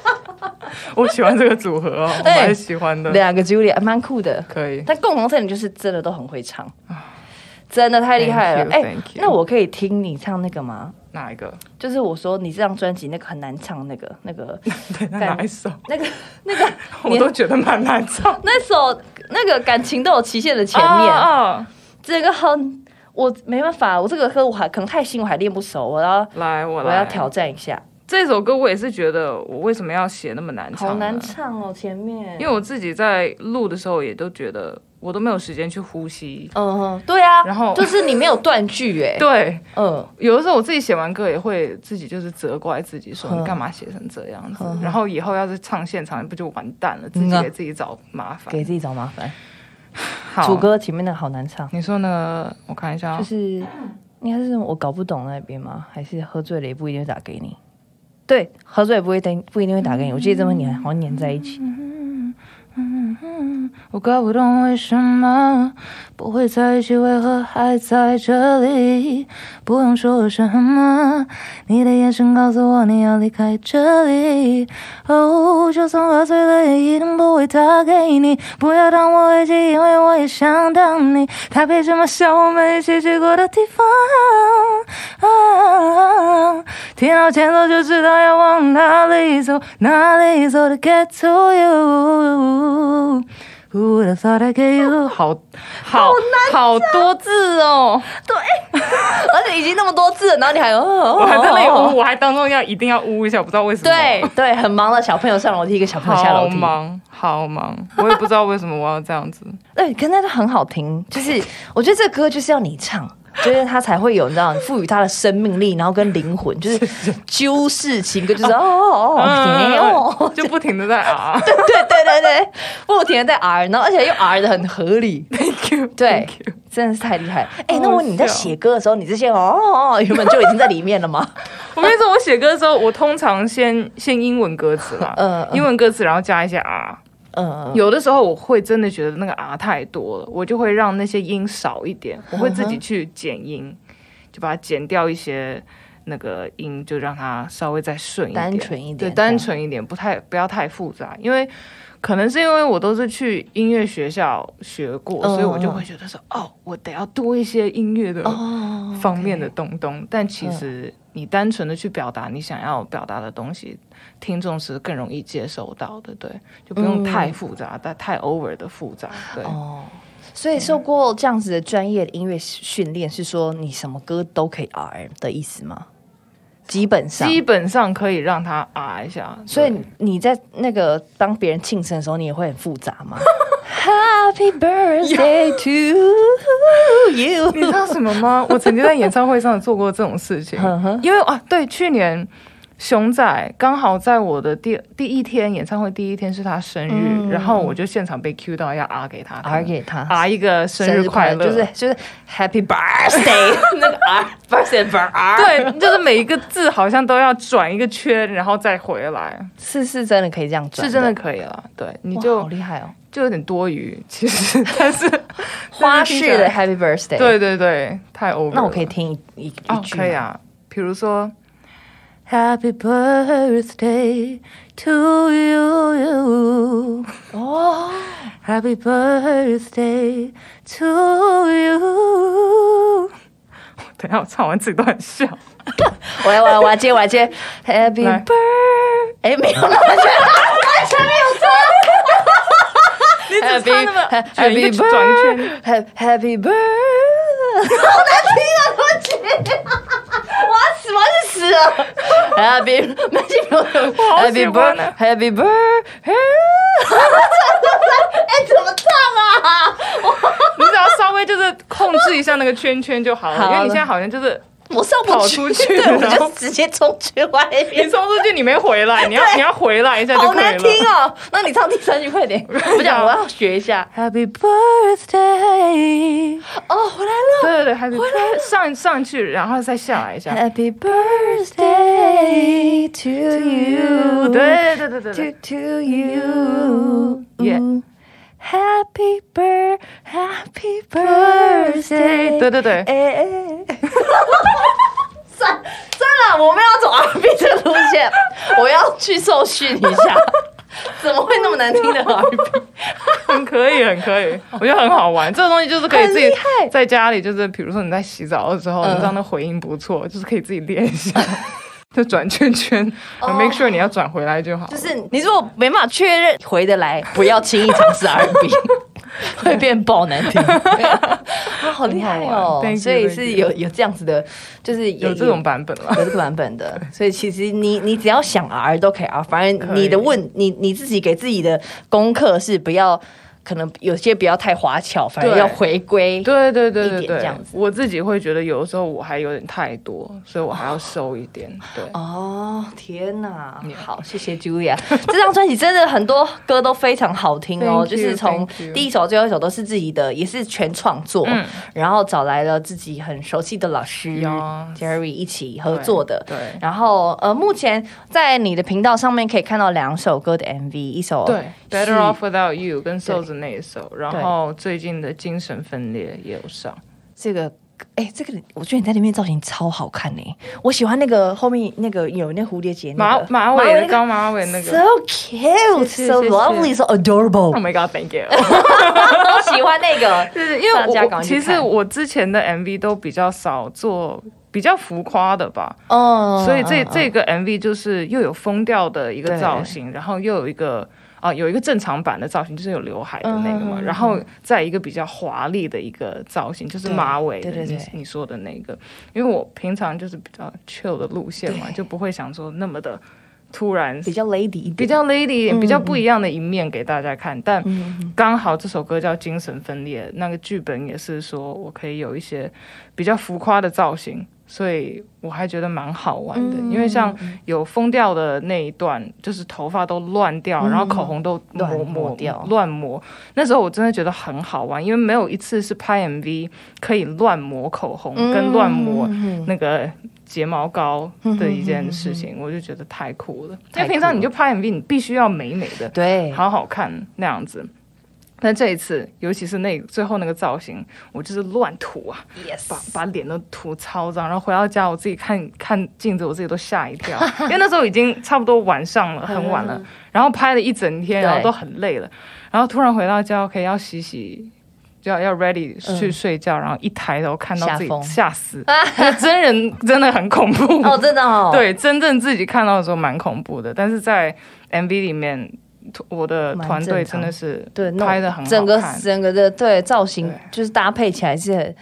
S2: 我喜欢这个组合哦，我
S1: 哎
S2: 蛮喜欢的。
S1: 两个 Julia 蛮酷的。
S2: 可以，
S1: 但共同特点就是真的都很会唱，真的太厉害了。
S2: Thank
S1: 哎、
S2: you, thank you
S1: 那我可以听你唱那个吗？
S2: 哪一 个？
S1: 就是我说你这张专辑那个很难唱，那个那个
S2: 对，那
S1: 感
S2: 哪 一首？
S1: 那个那个，
S2: 我都觉得蛮难唱。
S1: 那首那个感情都有期限的 前面，
S2: 哦哦
S1: 这个很我没办法，我这个歌我还可能太新，我还练不熟，我要
S2: 来，我
S1: 我
S2: 来
S1: 要挑战一下，
S2: 这首歌，我也是觉得我为什么要写那么难唱？
S1: 好难，唱哦，前面，
S2: 因为我自己在录的时候也都觉得我都没有时间去呼吸。
S1: 嗯哼，对啊，
S2: 然后
S1: 就是你没有断句 哎，
S2: 对，
S1: 嗯，
S2: 有的时候我自己写完歌也会自己就是责怪自己，说
S1: 嗯
S2: 你干嘛写成这样子
S1: 嗯？
S2: 然后以后要是唱现场，不就完蛋了？自
S1: 嗯
S2: 己
S1: 啊
S2: 给自己找麻烦。
S1: 给自己找麻烦。
S2: 好
S1: 主，歌前面那个好嗯难唱，
S2: 你说呢？我看一下
S1: 就
S2: 哦，
S1: 是应该是我搞不懂那边吗？还是喝醉了也不一定会打给你？对，嗯喝醉也不会打，不一定会打给你。我记得这么黏，好像黏在一起。
S2: 我搞不懂为什么不会在一起，为何还在这里？不用说什么，你的眼神告诉我你要离开这里。哦，就算喝醉了，也一定不会打给你。不要当我危机，因为我也想当你。台北这么小，我们一起去过的地方。啊听到前奏就知道要往哪里走，哪里走的 get to you。Would have thought I could you 好好好多字哦，
S1: 而且已经那么多次了，然后你还哦我
S2: 我还在那里
S1: 哦
S2: 呜，我还当中要一定要呜一下，我不知道为什么。
S1: 对对，很忙的小朋友上楼梯，一个小朋友下
S2: 好
S1: 楼梯。
S2: 忙，好忙，我也不知道为什么我要这样子。
S1: 对，可是那个很好听，就是我觉得这个歌就是要你唱，就是它才会有你知道，赋予它的生命力，然后跟灵魂，就是揪事情歌，就是哦 哦哦
S2: 嗯
S1: 哦哦，
S2: 就不停的在啊
S1: 对对对对对，不停的在 R，然后而且又 R 的很合理，
S2: ，Thank you，
S1: 对，真的是太厉害了。哎、那
S2: 好
S1: 我问你在
S2: 笑
S1: 写歌的时候，你这些哦哦哦，原本就已经在里面了 吗？
S2: 我跟你说，我写歌的时候，我通常先先英文歌词啦，
S1: 嗯嗯
S2: 英文歌词，然后加一些啊。
S1: 嗯，
S2: 有的时候我会真的觉得那个啊太多了，我就会让那些音少
S1: 嗯
S2: 一点，我会自己去剪音，就把它剪掉一些那个音，就让它稍微再顺一点，
S1: 单纯一点
S2: 对，
S1: 这样
S2: 单纯一点，不太不要太复杂，因为可能是因为我都是去音乐学校学过，
S1: 嗯
S2: 所以我就会觉得说，哦，我得要多一些音乐的
S1: 哦嗯
S2: 方面的东东，但其实你单纯的去表达你想要表达的东西，听众是更容易接受到的，对，就不
S1: 嗯
S2: 用太复杂，但太 over 的复杂，对。
S1: 哦。所以受过这样子的专业的音乐训练，是说你什么歌都可以 R 的意思吗？基本上，
S2: 基本上可以让它啊一下，
S1: 所以
S2: 对
S1: 你在那个帮别人庆生的时候，你也会很复杂 吗？Happy birthday to you！
S2: 你知道什么吗？我曾经在演唱会上做过这种事情 哦
S1: 嗯哼，
S2: 因为啊，对，去年熊仔刚好在我的第第一天演唱会第一天是他生日，
S1: 嗯
S2: 然后我就现场被 Q 到要 R 给他听，
S1: R 给他
S2: R 一个生日快乐，
S1: 就是就是 Happy Birthday 那个 R birthday b i r R，
S2: 对，就是每一个字好像都要转一个圈，然后再回来，
S1: 是是真的可以这样转，
S2: 是真的可以了。对，你
S1: 哇，
S2: 就
S1: 好厉害哦，
S2: 就有点多余，其实，但 是
S1: 花
S2: 但是听起
S1: 式的
S2: 来
S1: Happy Birthday，，
S2: 对对对，太 over 了。
S1: 那我可以听一一一
S2: 哦，
S1: 句吗
S2: 可以啊，比如说 Happy Birthday to you, you
S1: 哦，
S2: Happy Birthday to you。等 一下，我唱完自己都很笑。
S1: 我要我要我要接我要接 Happy
S2: 来
S1: Birthday，哎，没有那么全，完全没有错。
S2: 你只
S1: Happy
S2: 唱那么转一
S1: Happy
S2: 个转一圈，
S1: Birthday Happy Birthday，好 难听啊！对不起，我要死，我要死了。Happy 麦金牛
S2: 我好喜
S1: Happy
S2: 欢啊
S1: Birthday Happy Birthday，哎，怎么唱啊？
S2: 你只要稍微就是控制一下那个圈圈就好了，
S1: 好
S2: 因为你
S1: 了
S2: 现在好像就是
S1: 我上不
S2: 跑
S1: 去，
S2: 出去
S1: 对，我
S2: 然
S1: 就
S2: 后
S1: 直接冲去外
S2: 你
S1: 面。
S2: 冲出去你没回来，你要你要回来一下就
S1: 好
S2: 可以
S1: 难
S2: 了。啊
S1: 听哦！那你唱第三句快 点，我讲我要学一下。
S2: Happy birthday！
S1: 哦，回来了。
S2: 对对对，Happy birthday！上上去，然后再下来一下。
S1: Happy birthday to you.
S2: 对对对
S1: To
S2: 对对对
S1: to you. 嗯
S2: Yeah.
S1: Happy bir Happy birthday.
S2: 对对对，
S1: 哎 哎哎算算了，我们要走 R&B 这个路线， 我要去受训一下。 怎么会那么难听的 R&B？
S2: 很可以，很可以，我觉得很好玩。这个东西就是可以自己
S1: 很厉害
S2: 在家里，就是比如说你在洗澡的时候，
S1: 嗯
S2: 你知道那回音不错，就是可以自己练一 下，就转圈圈然后，make sure 你要转回来就好。
S1: 哦就是你如果没办法确认回得来，不要轻易尝试 R&B，会变爆难 听。啊，好厉害
S2: 很好
S1: 哦
S2: 玩！，thank
S1: 所以
S2: you，thank
S1: 是有有这样子的，就是也
S2: 有这种版本了。
S1: 有这个版本 的，所以其实你你只要想 R 都可以 R，反正你的问你你自己给自己的功课是不要，可能有些不要太花巧，反正
S2: 对
S1: 要回归。
S2: 对对对对
S1: 一点这
S2: 对
S1: 样子，
S2: 我自己会觉得有的时候我还有点太多，所以我还要收一点。对，
S1: 哦，天哪！好，谢谢 Julia。这张专辑真的很多歌都非常好听哦，
S2: Thank
S1: 就
S2: you，
S1: 是从
S2: thank you 嗯
S1: 第一首、最后一首都是自己的，也是全创作，然后找来了自己很熟悉的老师
S2: Yes 嗯
S1: Jerry 一起合作的。
S2: 对对
S1: 然后呃，目前在你的频道上面可以看到两首歌的 MV，一首
S2: 对
S1: 是
S2: ，Better Off Without You 跟瘦子那一首，然后最近的精神分裂也有上。
S1: 这个。哎、这个我觉得你在里面造型超好看呢、我喜欢那个后面那个有那蝴蝶结、那
S2: 马
S1: 个、
S2: 马尾
S1: 那
S2: 的
S1: 个
S2: 高马尾那个
S1: So cute,
S2: 谢谢
S1: so
S2: 谢谢
S1: lovely, so adorable
S2: ，Oh。my God，Thank you。
S1: 我喜欢那 个，
S2: 是因为
S1: 大家
S2: 我
S1: 赶快
S2: 我
S1: 去
S2: 其实
S1: 看
S2: 我之前的 MV 都比较少做比较浮夸的吧，
S1: 哦
S2: 所以这这个 MV 就是又有疯掉的一个
S1: 对
S2: 造型，然后又有一个啊有一个正常版的造型，就是有刘海的那个
S1: 嗯嗯
S2: 嘛，
S1: 嗯嗯
S2: 然后再一个比较华丽的一个造型，就是
S1: 对
S2: 马尾的，
S1: 对对对
S2: 你你说的那个，因为我平常就是比较 chill 的路线嘛，
S1: 对
S2: 就不会想说那么的突然
S1: 比较 lady 一点，嗯
S2: 比较 lady 一点，比较不一样的一面给大家看。但刚好这首歌叫《精神分裂》，那个剧本也是说我可以有一些比较浮夸的造型，所以我还觉得蛮好玩的。
S1: 嗯
S2: 因为像有疯掉的那一段，就是头发都乱掉，然后口红都抹
S1: 乱
S2: 抹
S1: 抹掉
S2: 乱抹。那时候我真的觉得很好玩，因为没有一次是拍 MV 可以乱抹口红跟乱抹
S1: 嗯
S2: 那个睫毛膏的一件事
S1: 嗯
S2: 情，我就觉得太酷了。因
S1: 太酷了
S2: 为平常你就拍 MV，你必须要美美的，
S1: 对，
S2: 好好看那样子。但这一次，尤其是那最后那个造型，我就是乱涂啊，
S1: ，yes，
S2: 把把脸都涂超脏，然后回到家我自己看看镜子，我自己都吓一跳， 因为那时候已经差不多晚上了，很晚了，然后拍了一整天，
S1: 嗯对
S2: 然后都很累了，然后突然回到家，OK 要洗洗。要要 ready 去睡觉，然后一抬头看到自
S1: 嗯吓疯
S2: 己吓死， 那真人真的很恐怖。
S1: 哦，真的哦，，
S2: 对，真正自己看到的时候蛮恐怖的，但是在 MV 里面，我的
S1: 蛮
S2: 团
S1: 正
S2: 队
S1: 常
S2: 真的是
S1: 对，弄
S2: 拍的很好看，
S1: 整个整个的对造型
S2: 对
S1: 就是搭配起来是很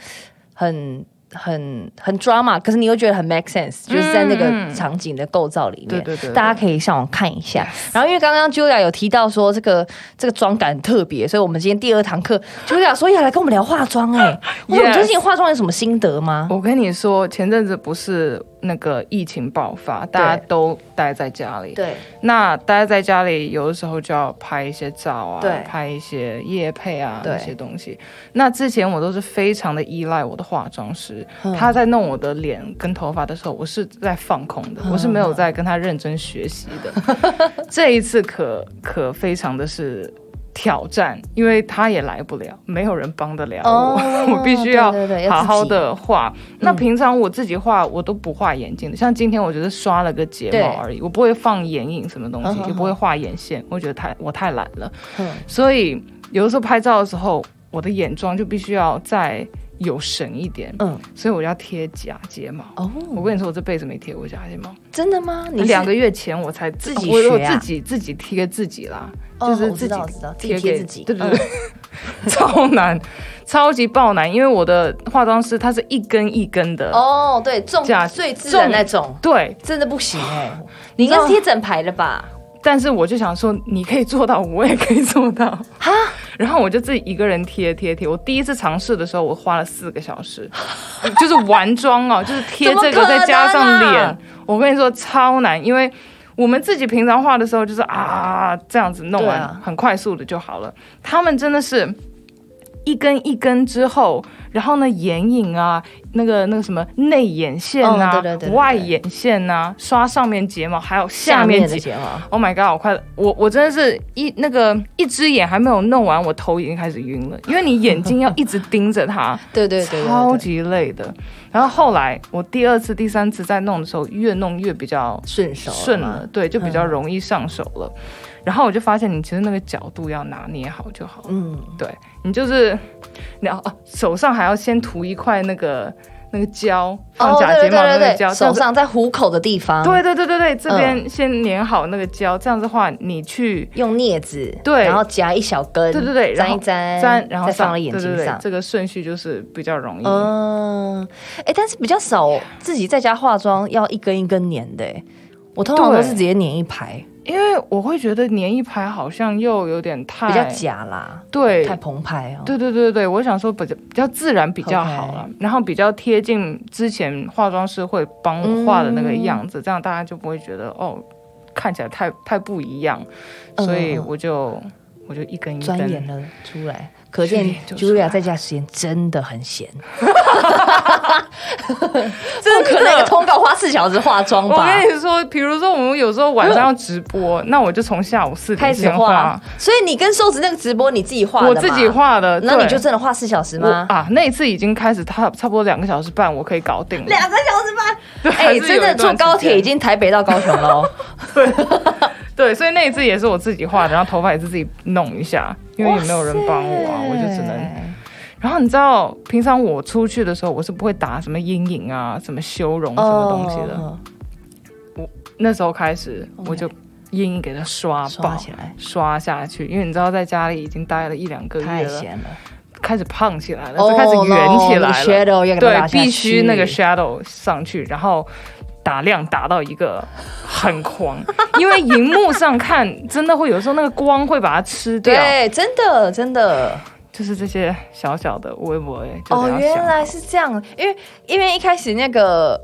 S1: 很很很 drama，可是你又觉得很 make sense，就是在那个
S2: 嗯
S1: 场景的构造里面，
S2: 对对对对
S1: 大家可以上网看一下。然后因为刚刚 Julia 有提到说这个这个妆感很特别，所以我们今天第二堂课 Julia 说要来 跟我们聊化妆哎、欸，我
S2: Yes
S1: 最近化妆有什么心得吗？
S2: 我跟你说，前阵子不是那个疫情爆发，大家都待在家里。
S1: 对，
S2: 那待在家里，有的时候就要拍一些照啊
S1: 对，
S2: 拍一些夜配啊
S1: 对
S2: 那些东西。那之前我都是非常的依赖我的化妆师，
S1: 嗯
S2: 他在弄我的脸跟头发的时候，我是在放空的，
S1: 嗯
S2: 我是没有在跟他认真学习的。 这一次可可非常的是。挑战，因为他也来不了，没有人帮得了我，
S1: 哦
S2: 我必须要
S1: 对对对要
S2: 好好
S1: 自己
S2: 的画。
S1: 嗯
S2: 那平常我自己画，我都不画眼镜的，像今天我只是刷了个睫
S1: 对
S2: 毛而已，我不会放眼影什么东
S1: 嗯
S2: 西
S1: 哼，
S2: 也不会画眼线，我觉得太我太懒了。
S1: 嗯
S2: 所以有的时候拍照的时候，我的眼妆就必须要再有神一点，
S1: 嗯，
S2: 所以我要贴假睫毛。
S1: 哦，
S2: 我跟你说，我这辈子没贴过假睫毛。
S1: 真的吗？你是
S2: 两个月前我才自
S1: 自己
S2: 我我
S1: 学啊
S2: 自己自己贴自己啦，
S1: 哦
S2: 就是
S1: 我
S2: 自
S1: 知
S2: 己
S1: 道我知道自己
S2: 贴
S1: 贴
S2: 给
S1: 自己嗯
S2: 对对对， 超难，超级爆难，因为我的化妆师他是一根一根的，
S1: 哦，对，重
S2: 假
S1: 最自然
S2: 重哦
S1: 那种，
S2: 对，
S1: 真的不行哎、你应该是贴整排的吧？
S2: 但是我就想说，你可以做到，我也可以 做到哈。然后我就自己一个人贴贴贴。我第一次尝试的时候，我花了四个 小时，就是完妆哦，就是贴
S1: 怎么
S2: 这个
S1: 可能啊
S2: 再加上脸。我跟你说超难，因为我们自己平常画的时候就是啊这样子弄
S1: 对
S2: 完、
S1: 啊
S2: 很快速的就好了。他们真的是。一根一根之后，然后呢，眼影啊，那个那个什么内眼线啊，
S1: 哦对对对对对
S2: 外眼线啊，刷上面睫毛，还有
S1: 下
S2: 下面
S1: 面
S2: 睫
S1: 的睫毛，
S2: Oh my god！我快，我我真的是一那个一只眼还没有弄完，我头已经开始晕了，因为你眼睛要一直盯着它，
S1: 对 对对对对
S2: 超级累的。然后后来我第二次、第三次在弄的时候，越弄越比较
S1: 顺手
S2: 顺啊
S1: 嘛
S2: 了，，对，就
S1: 嗯
S2: 比较容易上手了。然后我就发现，你其实那个角度要拿捏好就好了。
S1: 嗯，
S2: 对你就是，你要哦手上还要先涂一块那个那个胶，放假睫
S1: 哦对
S2: 毛的那
S1: 对
S2: 个
S1: 对
S2: 胶，
S1: 对，
S2: 这样
S1: 手
S2: 子
S1: 上嗯在虎口的地方，
S2: 对对对对对，这边先粘好那个胶，这样子的话，你去
S1: 用镊子，
S2: 对
S1: 然后夹一小根，
S2: 对对对，然
S1: 粘
S2: 后
S1: 一粘，
S2: 粘，然后
S1: 再放
S2: 上
S1: 在眼
S2: 对
S1: 睛
S2: 对对
S1: 上。
S2: 这个顺序就是比较容易。
S1: 嗯，哎、但是比较少自己在家化妆要一根一根粘的、欸，我通常
S2: 对
S1: 都是直接粘一排，
S2: 因为我会觉得粘一排好像又有点太
S1: 比较，假啦，
S2: 对
S1: 太澎湃哦、
S2: 对对对对，我想说比较比较自然比较好了然后比较贴近之前化妆师会帮我画的那个样
S1: 嗯
S2: 子，这样大家就不会觉得哦看起来太太不一样，
S1: 嗯
S2: 所以
S1: 嗯嗯
S2: 我就我就一根一
S1: 钻
S2: 根
S1: 研了出来。可见
S2: 去就出
S1: Julia 在家时间真的很闲，不可能一个通告花四小时化妆
S2: 我
S1: 吧？
S2: 跟你说，比如说我们有时候晚上要直 播，那我就从下午四
S1: 开
S2: 点
S1: 始
S2: 先
S1: 画，所以你跟瘦子那个直播你自己画的
S2: 我
S1: 嘛
S2: 自己，画的，
S1: 那你
S2: 对
S1: 就真的画四小时
S2: 我
S1: 吗？
S2: 啊，那一次已经开始差差不多两个小时半，我可以搞定了。
S1: 两个小时吧，
S2: 对
S1: 哎、
S2: 还是有
S1: 真的
S2: 一段
S1: 坐
S2: 时
S1: 高铁
S2: 间
S1: 已经台北到高雄喽。
S2: 对，所以那一次也是我自己画的，然后头发也是自己弄一下，因为也没有人帮我啊，我就只能。然后你知道，平常我出去的时候，我是不会打什么阴影啊、什么修容什么东西的。
S1: 哦
S2: 那时候开始，
S1: OK
S2: 我就阴影给它刷
S1: 刷
S2: 爆。
S1: 起来，
S2: 刷下去，因为你知道，在家里已经待了一两个月
S1: 太
S2: 了，
S1: 闲哦了，
S2: 开始胖起来了，就开始圆起来了。
S1: ，shadow 要给它
S2: 对
S1: 拉，下去
S2: 必须那个 shadow 上去，然后打量打到一个很狂， 因为荧幕上看真的会有时候那个光会把它吃掉，
S1: 对，真的真的。
S2: 就是这些小小的微博哎，就
S1: 哦，
S2: 是要
S1: 原
S2: 想
S1: 来是这样，因为因为一开始那个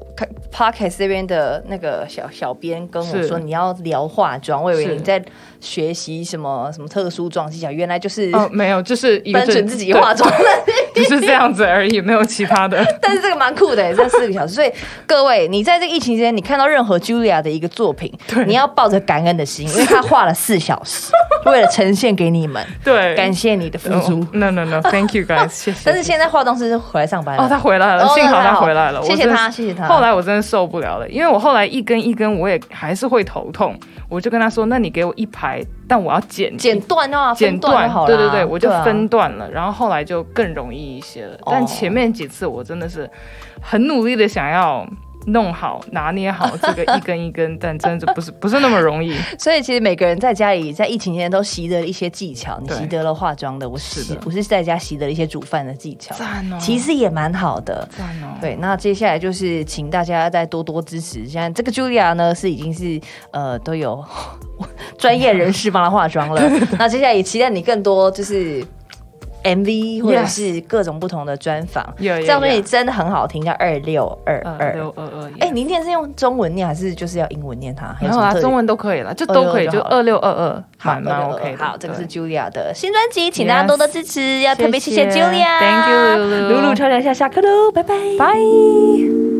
S1: podcast 这边的那个小小编跟我
S2: 是
S1: 说你要聊化妆，我以为
S2: 是
S1: 你在学习什么什么特殊妆技巧，原来就是
S2: 哦，没有，就是一个
S1: 单纯自己化，妆的。
S2: 对只是这样子而已，没有其他的。
S1: 但是这个蛮酷的耶，这四个小时。所以各位，你在这个疫情期间，你看到任何 Julia 的一个作品，你要抱着感恩的 心，因为她画了四小时，为了呈现给你们，
S2: 对，
S1: 感谢你的付出。
S2: 哦 No no no，Thank you guys，谢谢。
S1: 但是现在化妆师是回来上班了。
S2: 哦，他回来了，
S1: 哦
S2: 幸好
S1: 那
S2: 他
S1: 还好
S2: 回来了，我
S1: 谢谢
S2: 真的
S1: 他
S2: 是
S1: 谢谢他
S2: 后来我真的受不了了，因为我后来一根一根，我也还是会头痛，我就跟他说：“那你给我一排，但我要剪
S1: 剪断啊，
S2: 剪
S1: 分段就好了。
S2: 对对对，哦我就
S1: 啊
S2: 分段了，然后后来就更容易一些了。但前面几次我真的是很努力的想要。弄好拿捏好这个一根一根， 但真的不是不是那么容易。
S1: 所以其实每个人在家里在疫情期间都习得了一些技巧，你
S2: 对
S1: 习得了化妆的，我习
S2: 是的
S1: 我是在家习得了一些煮饭的技巧，
S2: 赞哦
S1: 其实也蛮好的。
S2: 赞哦
S1: 对，那接下来就是请大家再多多支持。现在这个 Julia 呢是已经是呃都有 专业人士帮她化妆了，那接下来也期待你更多就是 MV 或者是各种不同的专访
S2: Yeah, yeah,
S1: 这张专辑
S2: yeah.
S1: 真的很好听，叫二六二
S2: 呃，
S1: 二
S2: 六。二二，
S1: 哎、你念是用中文念还是就是要英文念它？还有
S2: 然
S1: 什
S2: 后
S1: 么
S2: 啊，
S1: 特别
S2: 中文都可以了，就都可以，
S1: 26
S2: 就
S1: 就好
S2: 二六二二，蛮蛮
S1: 好
S2: OK 的。
S1: 好，这个是
S2: 对
S1: Julia 的新专辑，请大家多多支持，要特别谢
S2: 谢谢
S1: Julia。
S2: Thank you，Lulu
S1: 露露超聊一下下课喽，拜拜，
S2: 拜。